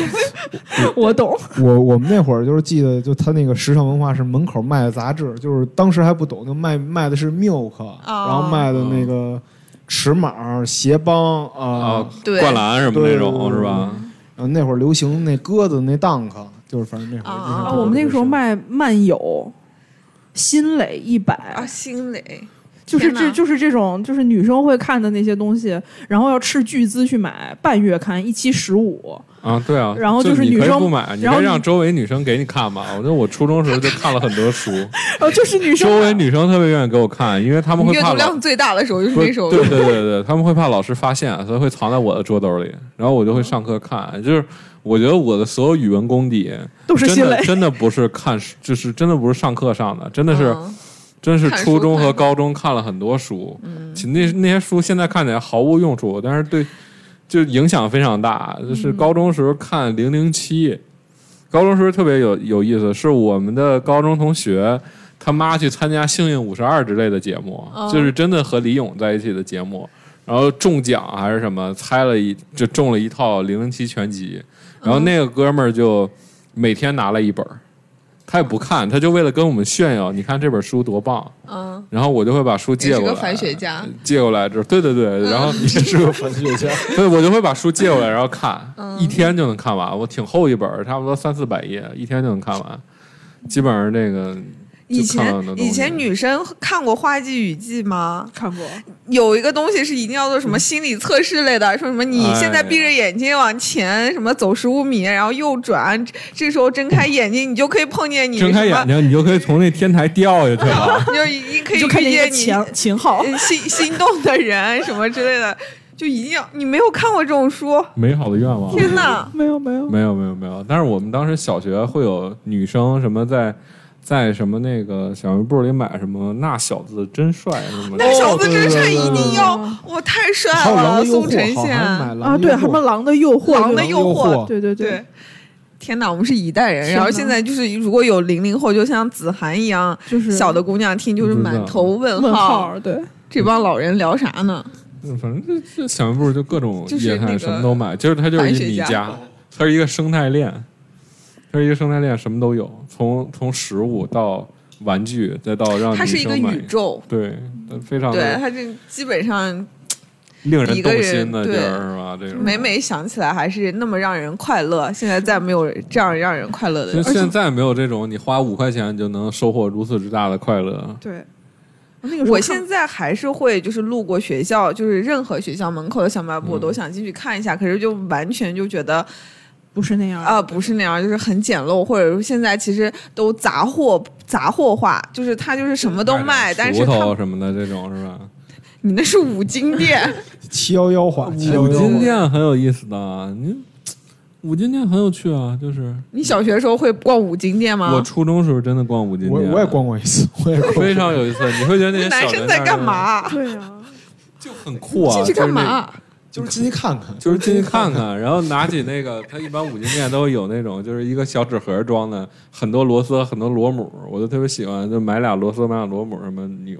[SPEAKER 4] 我懂。
[SPEAKER 2] 我我们那会儿就是记得，就他那个时尚文化是门口卖的杂志，就是当时还不懂，就卖卖的是 Milk，、然
[SPEAKER 1] 哦
[SPEAKER 2] 后卖的
[SPEAKER 3] 嗯
[SPEAKER 2] 那个尺码、鞋帮啊，
[SPEAKER 3] 啊，
[SPEAKER 1] *laughs* 对
[SPEAKER 3] 灌篮什么那
[SPEAKER 2] 对对
[SPEAKER 3] 种
[SPEAKER 2] 对
[SPEAKER 3] 是吧？
[SPEAKER 2] 然后那会儿流行那鸽子那 Dunk，就是反正那会儿
[SPEAKER 1] 啊
[SPEAKER 2] 印象
[SPEAKER 1] 啊
[SPEAKER 4] 啊，
[SPEAKER 2] 特别
[SPEAKER 4] 我们那个时候
[SPEAKER 2] 深
[SPEAKER 4] 卖漫友、新蕾一百、
[SPEAKER 1] 啊新蕾。
[SPEAKER 4] 就是
[SPEAKER 1] 天哪
[SPEAKER 4] 这就是这种就是女生会看的那些东西，然后要斥巨资去买，半月刊一期十五，
[SPEAKER 3] 啊，对啊，
[SPEAKER 4] 然后
[SPEAKER 3] 就
[SPEAKER 4] 就是
[SPEAKER 3] 你
[SPEAKER 4] 女
[SPEAKER 3] 可以
[SPEAKER 4] 生
[SPEAKER 3] 不买，你可
[SPEAKER 4] 然后
[SPEAKER 3] 以
[SPEAKER 4] 你
[SPEAKER 3] 让周围女生给你看嘛。我觉得我初中时候就看了很
[SPEAKER 1] *laughs*
[SPEAKER 3] 多书，
[SPEAKER 4] 然后哦就是女生
[SPEAKER 3] 周围女生特别愿意给我看，因为她们会
[SPEAKER 1] 阅
[SPEAKER 3] 怕
[SPEAKER 1] 读
[SPEAKER 3] 老
[SPEAKER 1] 量最大的时候就是
[SPEAKER 3] 不
[SPEAKER 1] 那
[SPEAKER 3] 是
[SPEAKER 1] 时候，
[SPEAKER 3] 对对对对，他们会怕老师发现，所以会藏在我的桌兜里，然后我就会上课看。就是我觉得我的所有语文功底
[SPEAKER 4] 都是
[SPEAKER 3] 真
[SPEAKER 4] 新蕾
[SPEAKER 3] 的，真的不是看，就是真的不是上课上的，真的是
[SPEAKER 1] 嗯
[SPEAKER 3] 真是
[SPEAKER 1] 看
[SPEAKER 3] 初
[SPEAKER 1] 书
[SPEAKER 3] 中
[SPEAKER 1] 看嗯
[SPEAKER 3] 和
[SPEAKER 1] 书
[SPEAKER 3] 高中看了很多书，其实那那些书现在看起来毫无用处，但是对就影响非常大。
[SPEAKER 1] 嗯
[SPEAKER 3] 就是高中时候看《零零七》，高中时候特别有有意思，是我们的高中同学他妈去参加《幸运五十二》之类的节目，
[SPEAKER 1] 哦
[SPEAKER 3] 就是真的和李咏在一起的节目，然后中奖啊还是什么，猜了一就中了一套《零零七》全集，
[SPEAKER 1] 嗯
[SPEAKER 3] 然后那个哥们儿就每天拿了一本儿。他也不看，他就为了跟我们炫耀，你看这本书多棒。
[SPEAKER 1] 嗯，
[SPEAKER 3] 然后我就会把书
[SPEAKER 1] 也
[SPEAKER 3] 借
[SPEAKER 1] 是
[SPEAKER 3] 过
[SPEAKER 1] 个
[SPEAKER 3] 来，
[SPEAKER 1] 反嗯雪家，
[SPEAKER 3] 借过来之后，对对对，然后也
[SPEAKER 1] *laughs*
[SPEAKER 3] 是个反雪
[SPEAKER 4] *laughs*
[SPEAKER 3] 家，对，我就会把书借过来，然后看，
[SPEAKER 1] 嗯
[SPEAKER 3] 一天就能看完。我挺厚一本儿，差不多三四百页，一天就能看完。基本上这个
[SPEAKER 1] 以
[SPEAKER 3] 就看到很多
[SPEAKER 1] 前
[SPEAKER 3] 东西
[SPEAKER 1] 以前女生看过《花季雨季》吗？
[SPEAKER 4] *laughs* 看过，
[SPEAKER 1] 有一个东西是一定要做什
[SPEAKER 3] 嗯
[SPEAKER 1] 么心理测试类的，说什么你
[SPEAKER 3] 哎
[SPEAKER 1] 现在闭着眼睛往前什么走十五米，然后右转，这时候睁开眼睛，你就可以碰见你
[SPEAKER 3] 睁开眼
[SPEAKER 1] 什么，
[SPEAKER 3] 睛，你就可以从那天台掉下去 *laughs* 了。
[SPEAKER 1] 你就一可以
[SPEAKER 4] 就看见一个
[SPEAKER 1] 遇见
[SPEAKER 4] 秦秦昊，
[SPEAKER 1] 你呃心心动的人什么之类的，就一定要你没有看过这种书，
[SPEAKER 3] 美好的愿望，
[SPEAKER 1] 天
[SPEAKER 3] *laughs*
[SPEAKER 1] 哪！
[SPEAKER 4] 没有没有，
[SPEAKER 3] 没有没有没有，但是我们当时小学会有女生什么在在什么那个小卖部里买什么那小子真帅什么的
[SPEAKER 1] 那小子真帅，一定要
[SPEAKER 4] 对对对，
[SPEAKER 1] 我太帅
[SPEAKER 2] 还有狼
[SPEAKER 1] 了，
[SPEAKER 2] 的诱
[SPEAKER 1] 宋
[SPEAKER 2] 惑，
[SPEAKER 1] 晨
[SPEAKER 2] 好像
[SPEAKER 1] 宪
[SPEAKER 2] 还买狼
[SPEAKER 4] 啊，
[SPEAKER 2] 的
[SPEAKER 4] 对，
[SPEAKER 2] 诱
[SPEAKER 4] 什
[SPEAKER 2] 惑
[SPEAKER 4] 么狼的诱惑，
[SPEAKER 1] 狼的
[SPEAKER 2] 狼
[SPEAKER 1] 诱惑
[SPEAKER 4] 对对对
[SPEAKER 1] 对，天哪，我们是一代人。
[SPEAKER 4] 天
[SPEAKER 1] 然后
[SPEAKER 4] 哪
[SPEAKER 1] 现在就是，如果有零零后，就像子涵一样，
[SPEAKER 4] 就是
[SPEAKER 1] 小的姑娘听就是
[SPEAKER 3] 不知道
[SPEAKER 1] 满头问
[SPEAKER 4] 问号，对，
[SPEAKER 1] 这帮老人聊啥呢？
[SPEAKER 3] 嗯反正这这小卖部就各种
[SPEAKER 1] *laughs* 就是
[SPEAKER 3] 野
[SPEAKER 1] 那
[SPEAKER 3] 菜
[SPEAKER 1] 个
[SPEAKER 3] 什么都买，就是它就是一米
[SPEAKER 1] 白雪哦家
[SPEAKER 3] 家，它是一个生态链，它是一个生态链，什么都有，从从食物到玩具，再到让
[SPEAKER 1] 它
[SPEAKER 3] 女
[SPEAKER 1] 是一个
[SPEAKER 3] 生买
[SPEAKER 1] 宇，宙，
[SPEAKER 3] 对，它非常
[SPEAKER 1] 对，
[SPEAKER 3] 的
[SPEAKER 1] 它这基本上
[SPEAKER 3] 令人
[SPEAKER 1] 一个
[SPEAKER 3] 动
[SPEAKER 1] 人
[SPEAKER 3] 心的地
[SPEAKER 1] 对
[SPEAKER 3] 儿是吧？这种
[SPEAKER 1] 每每想起来还是那么让人快乐。现在再没有这样让人快乐的
[SPEAKER 3] 就
[SPEAKER 1] 人，
[SPEAKER 3] 现在没有这种，你花五块钱你就能收获如此之大的快乐。
[SPEAKER 4] 对，那个时候
[SPEAKER 1] 我
[SPEAKER 4] 看
[SPEAKER 1] 现在还是会就是路过学校，就是任何学校门口的小卖部，我
[SPEAKER 4] 嗯
[SPEAKER 1] 都想进去看一下，可是就完全就觉得
[SPEAKER 4] 不是那样
[SPEAKER 1] 啊、，不是那样，就是很简陋，或者说现在其实都杂货杂货化，就是它就是什么都卖，但是
[SPEAKER 3] 锄头
[SPEAKER 1] 它
[SPEAKER 3] 什么的这种是吧？
[SPEAKER 1] 你那是五金店，
[SPEAKER 3] *laughs*
[SPEAKER 2] 七幺幺花，七幺
[SPEAKER 3] 五
[SPEAKER 2] 幺
[SPEAKER 3] 金店很有意思的，啊你五金店很有趣啊，就是
[SPEAKER 1] 你小学时候会逛五金店
[SPEAKER 3] 我
[SPEAKER 1] 吗？
[SPEAKER 3] 初中时候真的逛五金
[SPEAKER 2] 我
[SPEAKER 3] 店，
[SPEAKER 2] 我也逛过一次，我也逛过
[SPEAKER 3] *laughs* 非常有意思，你会觉得那些
[SPEAKER 1] 男
[SPEAKER 3] 小
[SPEAKER 1] 生
[SPEAKER 3] 人
[SPEAKER 1] 在
[SPEAKER 3] 儿
[SPEAKER 1] 干嘛？
[SPEAKER 4] 对呀，
[SPEAKER 3] 就很酷啊，
[SPEAKER 1] 进去干
[SPEAKER 3] 就是那？
[SPEAKER 1] 嘛？
[SPEAKER 2] 就是进去看看，
[SPEAKER 3] 就是进去看看，然后拿起那个，他一般五金店都有那种，就是一个小纸盒装的，很多螺丝，很多螺母，我就特别喜欢，就买俩螺丝，买俩螺母什么扭，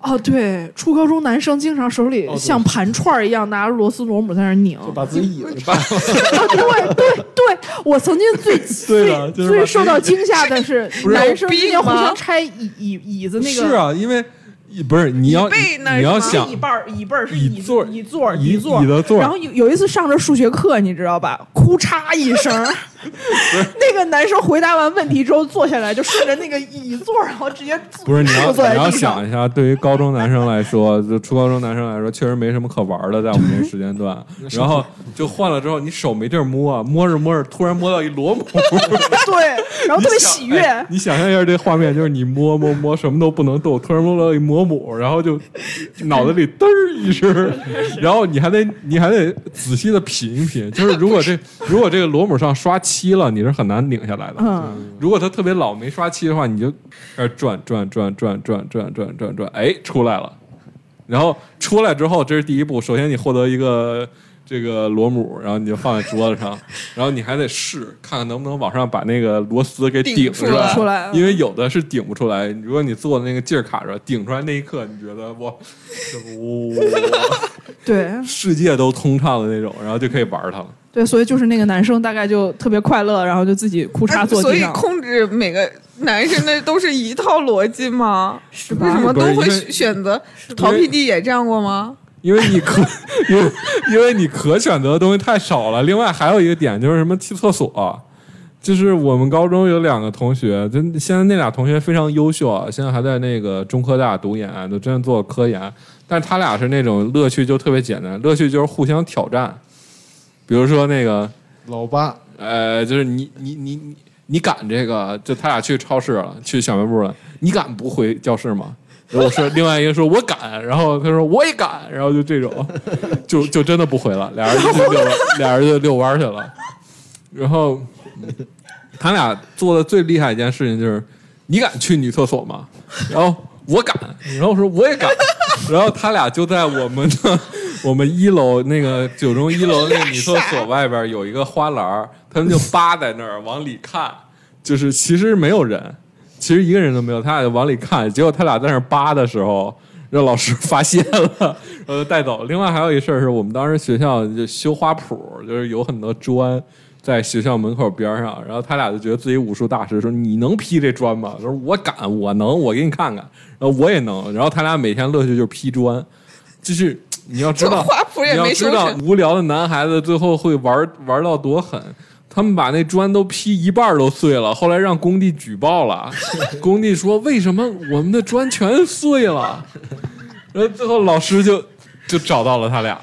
[SPEAKER 4] 哦对，初高中男生经常手里
[SPEAKER 2] 哦对
[SPEAKER 4] 像盘串儿一样拿着螺丝螺母在那儿拧，
[SPEAKER 2] 就把自
[SPEAKER 4] *laughs*
[SPEAKER 2] 己椅子
[SPEAKER 3] 把
[SPEAKER 4] 对对对，我曾经最
[SPEAKER 3] *laughs* 对的 *laughs* 就
[SPEAKER 4] 最
[SPEAKER 3] 是把
[SPEAKER 4] 最受到惊吓的是
[SPEAKER 1] 是
[SPEAKER 4] 男
[SPEAKER 1] 有
[SPEAKER 4] 生之
[SPEAKER 1] 病
[SPEAKER 4] 间互
[SPEAKER 1] 吗
[SPEAKER 4] 相拆椅椅椅子那个
[SPEAKER 3] 是啊，因为不是你要
[SPEAKER 1] 椅背那儿
[SPEAKER 3] 你
[SPEAKER 1] 是
[SPEAKER 3] 要
[SPEAKER 1] 吗
[SPEAKER 3] 想
[SPEAKER 4] 椅背儿椅背儿是
[SPEAKER 3] 椅
[SPEAKER 4] 椅
[SPEAKER 3] 座儿
[SPEAKER 4] 椅座儿
[SPEAKER 3] 椅
[SPEAKER 4] 座
[SPEAKER 3] 椅子座儿 *laughs*
[SPEAKER 4] 然后有有一次上着数学课，你知道吧？哭嚓一声儿，那个男生回答完问题之后坐下来，就顺着那个椅座，然后
[SPEAKER 3] *laughs*
[SPEAKER 4] 直接坐
[SPEAKER 3] 不是你要
[SPEAKER 4] 坐在
[SPEAKER 3] 你要
[SPEAKER 4] 地上
[SPEAKER 3] 想一下，对于高中男生来说，就初高中男生来说，确实没什么可玩的，在我们这个时间 *laughs* 段。然后就换了之后，你手没地儿摸，摸着摸着，突然摸到一螺母，
[SPEAKER 4] 对，然后特别喜悦，
[SPEAKER 3] 哎你想象一下这画面，就是你摸摸摸，什么都不能动，突然摸到一螺母，然后
[SPEAKER 4] *laughs*
[SPEAKER 3] 就脑子里嘚儿一声，然后你还得你还得仔细的品一品，就是如果这如果这个螺母上刷漆了，你是很难拧下来的。
[SPEAKER 4] 嗯，
[SPEAKER 3] 如果它特别老没刷漆的话，你就开始转转转转转转转转转，哎，出来了。然后出来之后，这是第一步。首先你获得一个这个螺母，然后你就放在桌子上，然后你还得试看看能不能往上把那个螺丝给
[SPEAKER 1] 顶
[SPEAKER 3] 顶
[SPEAKER 1] 出
[SPEAKER 3] 来。
[SPEAKER 1] 来
[SPEAKER 4] 出来
[SPEAKER 3] 因为有的是顶不出来。如果你坐的那个劲儿卡着，顶出来那一刻，你觉得哇，这哇，
[SPEAKER 4] 对
[SPEAKER 3] *laughs* 世界都通畅的那种，然后就可以玩它了。
[SPEAKER 4] 对，所以就是那个男生大概就特别快乐，然后就自己哭
[SPEAKER 1] 哎
[SPEAKER 4] 嚓坐
[SPEAKER 1] 所
[SPEAKER 4] 地
[SPEAKER 1] 以
[SPEAKER 4] 上，
[SPEAKER 1] 控制每个男生的都是一套逻辑吗？
[SPEAKER 4] 是
[SPEAKER 1] 为什
[SPEAKER 4] 吧？
[SPEAKER 1] 么都
[SPEAKER 3] 不
[SPEAKER 1] 会
[SPEAKER 3] 是因为
[SPEAKER 1] 选择逃避地也这样过吗？
[SPEAKER 3] 因为你可， *laughs* 因为因为你可选择的东西太少了。另外还有一个点就是什么去厕所，就是我们高中有两个同学，就现在那俩同学非常优秀啊，现在还在那个中科大读研，都真的做科研。但他俩是那种乐趣就特别简单，乐趣就是互相挑战。比如说那个
[SPEAKER 2] 老八，
[SPEAKER 3] 呃，就是你你你你你敢这个？就他俩去超市了，去小卖部了，你敢不回教室吗？然后我说另外一个说我敢，然后他说我也敢，然后就这种，就就真的不回了，俩人就去遛 *laughs* 弯，俩人就遛弯去了。然后他俩做的最厉害一件事情就是，你敢去女厕所吗？然后我敢，然后我说我也敢，然后他俩就在我们的我们一楼那个九中一楼那个女厕所外边有一个花篮儿，他们就扒在那儿往里看，就是其实没有人，其实一个人都没有，他俩就往里看，结果他俩在那儿扒的时候。让老师 *laughs* 发现了，然后就带走。另外还有一事儿是我们当时学校就修花圃，就是有很多砖，在学校门口边儿上，然后他俩就觉得自己武术大师，说你能劈这砖吗？他说我敢，我能，我给你看看，然后我也能。然后他俩每天乐趣就是劈砖，就是你要知
[SPEAKER 1] 这
[SPEAKER 3] 道，
[SPEAKER 1] 花圃也
[SPEAKER 3] 你要
[SPEAKER 1] 没
[SPEAKER 3] 知
[SPEAKER 1] 修
[SPEAKER 3] 道
[SPEAKER 1] 成，
[SPEAKER 3] 无聊的男孩子最后会玩玩到多狠。他们把那砖都劈一半儿都碎了，后来让工地举报了。 *laughs* 工地说：“为什么我们的砖全碎了？” *laughs* 然后最后老师就就找到了他俩。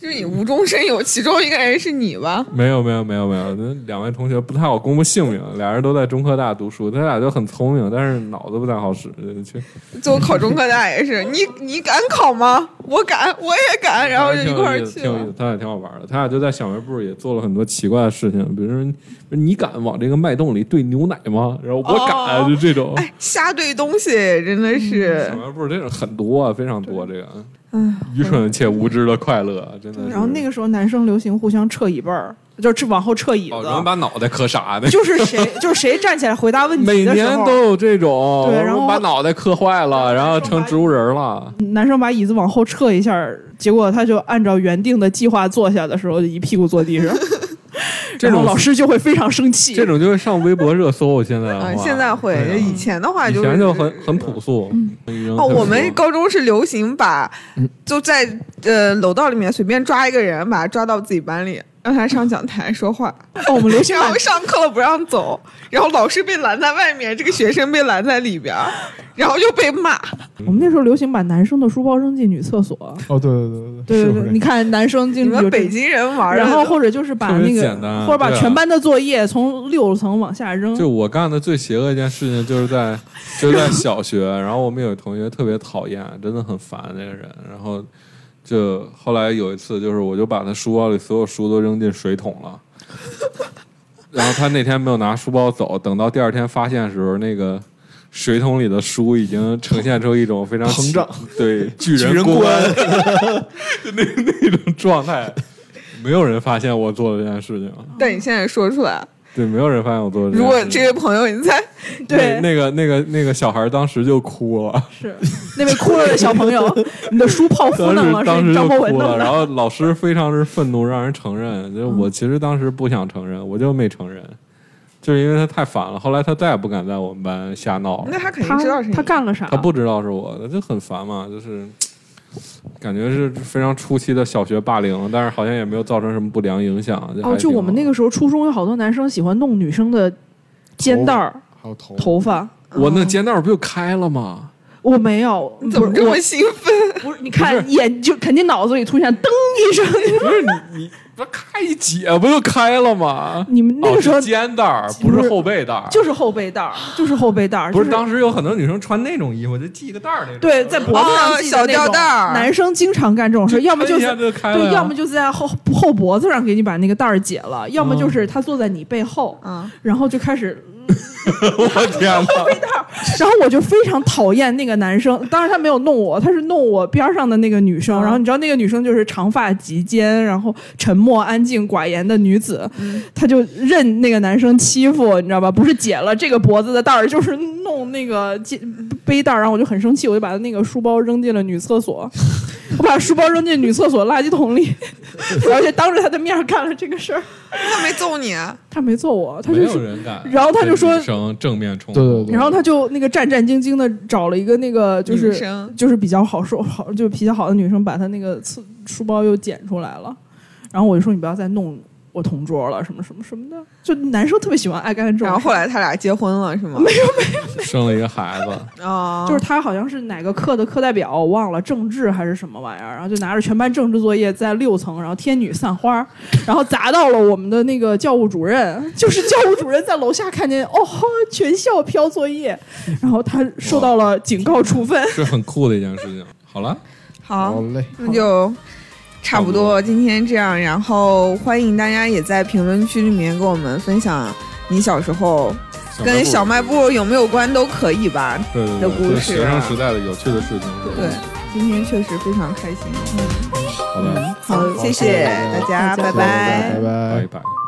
[SPEAKER 1] 就是你无中生有，其中一个人是你吧？
[SPEAKER 3] 没有没有没有没有，那两位同学不太好公布姓名，俩人都在中科大读书，他俩就很聪明，但是脑子不太好使。呃去，
[SPEAKER 1] 最后考中科大也是，你你敢考吗？我敢，我也敢， *laughs* 然后就一块
[SPEAKER 3] 挺有
[SPEAKER 1] 儿
[SPEAKER 3] 意思
[SPEAKER 1] 去
[SPEAKER 3] 挺有意
[SPEAKER 1] 了
[SPEAKER 3] 思，。他俩挺好玩的。他俩就在小卖部也做了很多奇怪的事情，比如说你敢往这个脉动里兑牛奶吗？然后我敢，
[SPEAKER 1] 哦
[SPEAKER 3] 就这种。
[SPEAKER 1] 哎，瞎对东西真的是
[SPEAKER 3] 小，卖部这种很多啊，非常多，这个
[SPEAKER 4] 哎
[SPEAKER 3] 愚蠢且无知的快乐，啊真的是。
[SPEAKER 4] 然后那个时候男生流行互相撤椅背儿，就是往后撤椅
[SPEAKER 3] 哦，
[SPEAKER 4] 子，
[SPEAKER 3] 然后把脑袋磕傻的。
[SPEAKER 4] 就是谁就是谁站起来回答
[SPEAKER 3] *laughs*
[SPEAKER 4] 问
[SPEAKER 3] 每
[SPEAKER 4] 题的时
[SPEAKER 3] 年
[SPEAKER 4] 候，
[SPEAKER 3] 都有这种，
[SPEAKER 4] 对然后
[SPEAKER 3] 把脑袋磕坏了，然后成植物人了。
[SPEAKER 4] 男生把椅子往后撤一下儿，结果他就按照原定的计划坐下的时候，就一屁股坐地上，
[SPEAKER 3] *laughs* 这
[SPEAKER 4] 然后
[SPEAKER 3] 种
[SPEAKER 4] 老师就会非常生气。
[SPEAKER 3] 这种就会上微博热搜，现在的话
[SPEAKER 1] 嗯，现在会，
[SPEAKER 3] 对啊
[SPEAKER 1] 以前的话
[SPEAKER 3] 以
[SPEAKER 1] 就
[SPEAKER 3] 前
[SPEAKER 1] 是
[SPEAKER 3] 就很很朴素。
[SPEAKER 1] 哦，我们高中是流行把
[SPEAKER 3] 嗯
[SPEAKER 1] 就在呃楼道里面随便抓一个人，把他抓到自己班里，让他上讲台说话，
[SPEAKER 3] 嗯
[SPEAKER 4] 哦，我们流行
[SPEAKER 3] *laughs*
[SPEAKER 1] 然
[SPEAKER 4] 把
[SPEAKER 1] 后上课了不让走，然后老师被拦在外面，这个学生被拦在里边儿，然后又被骂。
[SPEAKER 4] 我们那时候流行把男生的书包扔进女厕所。
[SPEAKER 2] 哦，对对对
[SPEAKER 4] 对
[SPEAKER 2] 是
[SPEAKER 4] 对
[SPEAKER 2] 会
[SPEAKER 4] 对，你看男生进
[SPEAKER 1] 你们
[SPEAKER 4] 有这
[SPEAKER 1] 北京人玩的
[SPEAKER 4] 然后或者就是把
[SPEAKER 3] 特别
[SPEAKER 4] 那个
[SPEAKER 3] 简单啊
[SPEAKER 4] 或者把
[SPEAKER 3] 对啊
[SPEAKER 4] 全班的作业从六层往下
[SPEAKER 1] 嗯
[SPEAKER 4] 扔。
[SPEAKER 3] 就我干的最邪恶一件事情，就是在 *laughs* 就是在小学，然后我们有同学特别讨厌，真的很烦这个人。然后就后来有一次，就是我就把他书包里所有书都扔进水桶了。 *laughs* 然后他那天没有拿书包走，等到第二天发现的时候，那个水桶里的书已经呈现出一种非常
[SPEAKER 2] 膨胀，
[SPEAKER 3] 对巨
[SPEAKER 2] 巨人
[SPEAKER 3] 人
[SPEAKER 2] 公
[SPEAKER 3] 观，就 *laughs* 那那种状态，没有人发现我做了这件事情，
[SPEAKER 1] 但你现在说出来，
[SPEAKER 3] 对，没有人发现我做了这
[SPEAKER 1] 如
[SPEAKER 3] 件事情。
[SPEAKER 1] 果这位朋友你在
[SPEAKER 3] 那
[SPEAKER 4] 对
[SPEAKER 3] 那个那个那个小孩当时就哭了，
[SPEAKER 4] 是那位哭了的小
[SPEAKER 3] *laughs*
[SPEAKER 4] 朋友，你的书泡芙
[SPEAKER 3] 当
[SPEAKER 4] 弄
[SPEAKER 3] 时
[SPEAKER 4] 了，
[SPEAKER 3] 当
[SPEAKER 4] 是
[SPEAKER 3] 时就
[SPEAKER 4] 张博文
[SPEAKER 3] 哭
[SPEAKER 4] 弄
[SPEAKER 3] 了，然
[SPEAKER 4] 的。嗯
[SPEAKER 3] 后老师非常之愤怒，让人承认。就是我其实当时不想承认，我就没承认，就是因为他太烦了。后来他再也不敢在我们班瞎闹了
[SPEAKER 1] 那，他肯定
[SPEAKER 4] 他
[SPEAKER 1] 知道是你
[SPEAKER 4] 他干了啥？
[SPEAKER 3] 他不知道是我的，就很烦嘛，就是。感觉是非常初期的小学霸凌，但是好像也没有造成什么不良影响。还
[SPEAKER 4] 哦，就
[SPEAKER 3] 挺
[SPEAKER 4] 我们
[SPEAKER 3] 好
[SPEAKER 4] 那个时候初中有好多男生喜欢弄女生的肩带儿、
[SPEAKER 2] 还有头
[SPEAKER 4] 头发，
[SPEAKER 3] 我那肩带儿不就开了吗？ *laughs*
[SPEAKER 4] 我没有，
[SPEAKER 1] 你怎么
[SPEAKER 4] 不
[SPEAKER 1] 这
[SPEAKER 4] 是我
[SPEAKER 1] 么兴奋？
[SPEAKER 4] 不是？你看眼就肯定脑子里出现噔一声，
[SPEAKER 3] 不是你你不是开一解不就开了吗？
[SPEAKER 4] *laughs* 你们那
[SPEAKER 3] 哦
[SPEAKER 4] 个时候
[SPEAKER 3] 是肩带儿
[SPEAKER 4] 不
[SPEAKER 3] 不
[SPEAKER 4] 是
[SPEAKER 3] 是后背带儿，
[SPEAKER 4] 就是后背 *gasps* 带儿，就是后背带儿，
[SPEAKER 3] 不
[SPEAKER 4] 就是
[SPEAKER 3] 当时有很多女生穿那种衣服就系个带儿那种，*laughs*
[SPEAKER 4] 对在脖子上
[SPEAKER 1] 哦
[SPEAKER 4] 系的
[SPEAKER 1] 小
[SPEAKER 4] 那
[SPEAKER 1] 吊
[SPEAKER 4] 种
[SPEAKER 1] 带儿
[SPEAKER 4] 男生经常干这种事，要么就
[SPEAKER 3] 抻一下
[SPEAKER 4] 是。
[SPEAKER 3] 就开了呀，*laughs*
[SPEAKER 4] 对，要么就在后后脖子上给你把那个带儿解了，要么就是他坐在你背后，
[SPEAKER 1] 嗯，
[SPEAKER 4] 然后就开始
[SPEAKER 3] 我天哪！
[SPEAKER 4] 然后我就非常讨厌那个男生，当然他没有弄我，他是弄我边上的那个女生。
[SPEAKER 1] 嗯
[SPEAKER 4] 然后你知道那个女生就是长发及肩，然后沉默安静寡言的女子，她就任那个男生欺负，你知道吧？不是解了这个脖子的带儿，就是弄那个肩背带儿。然后我就很生气，我就把她那个书包扔进了女厕所，我把书包扔进女厕所垃圾桶里， *laughs* 而且当着她的面儿干了这个事儿。
[SPEAKER 1] 他没揍你啊？
[SPEAKER 4] 她没揍我，她
[SPEAKER 3] 没
[SPEAKER 4] 就
[SPEAKER 3] 有
[SPEAKER 4] 是
[SPEAKER 3] 人敢跟女生正面冲突，
[SPEAKER 1] 嗯
[SPEAKER 2] 对对
[SPEAKER 3] 冲
[SPEAKER 4] 然后他就说
[SPEAKER 2] 对
[SPEAKER 4] 然后他就那个战战兢兢的找了一个那个就
[SPEAKER 1] 女
[SPEAKER 4] 是
[SPEAKER 1] 生
[SPEAKER 4] 就是比较好说好就比较好的女生，把她那个侧书包又捡出来了。然后我就说你不要再弄我同桌了，什么什么什么的。就男生特别喜欢爱干这种事。
[SPEAKER 1] 然后后来他俩结婚了是吗？
[SPEAKER 3] 生了一个孩子，
[SPEAKER 1] 啊，
[SPEAKER 4] 就是他好像是哪个课的课代表，我忘了政治还是什么玩意儿，然后就拿着全班政治作业在六层，然后天女散花，然后砸到了我们的那个教务主任， *laughs* 就是教务主任在楼下看见，哦，全校飘作业，然后他受到了警告处分。
[SPEAKER 3] 是很酷的一件事情。好了，
[SPEAKER 1] 好，
[SPEAKER 2] 嘞，
[SPEAKER 1] 那就差不多今天这样，然后欢迎大家也在评论区里面跟我们分享你小时候跟小卖部有没有关都可以吧。
[SPEAKER 3] 对对
[SPEAKER 1] 的
[SPEAKER 3] 对
[SPEAKER 1] 故
[SPEAKER 3] 对
[SPEAKER 1] 事
[SPEAKER 3] 学
[SPEAKER 1] 啊
[SPEAKER 3] 生时代的有趣的事情。是吧
[SPEAKER 1] 对，今天确实非常开心。
[SPEAKER 3] 好的，
[SPEAKER 1] 嗯
[SPEAKER 4] 嗯
[SPEAKER 1] 好，谢
[SPEAKER 2] 谢谢
[SPEAKER 1] 谢大家，
[SPEAKER 4] 大家
[SPEAKER 2] 拜拜拜。
[SPEAKER 3] 拜拜。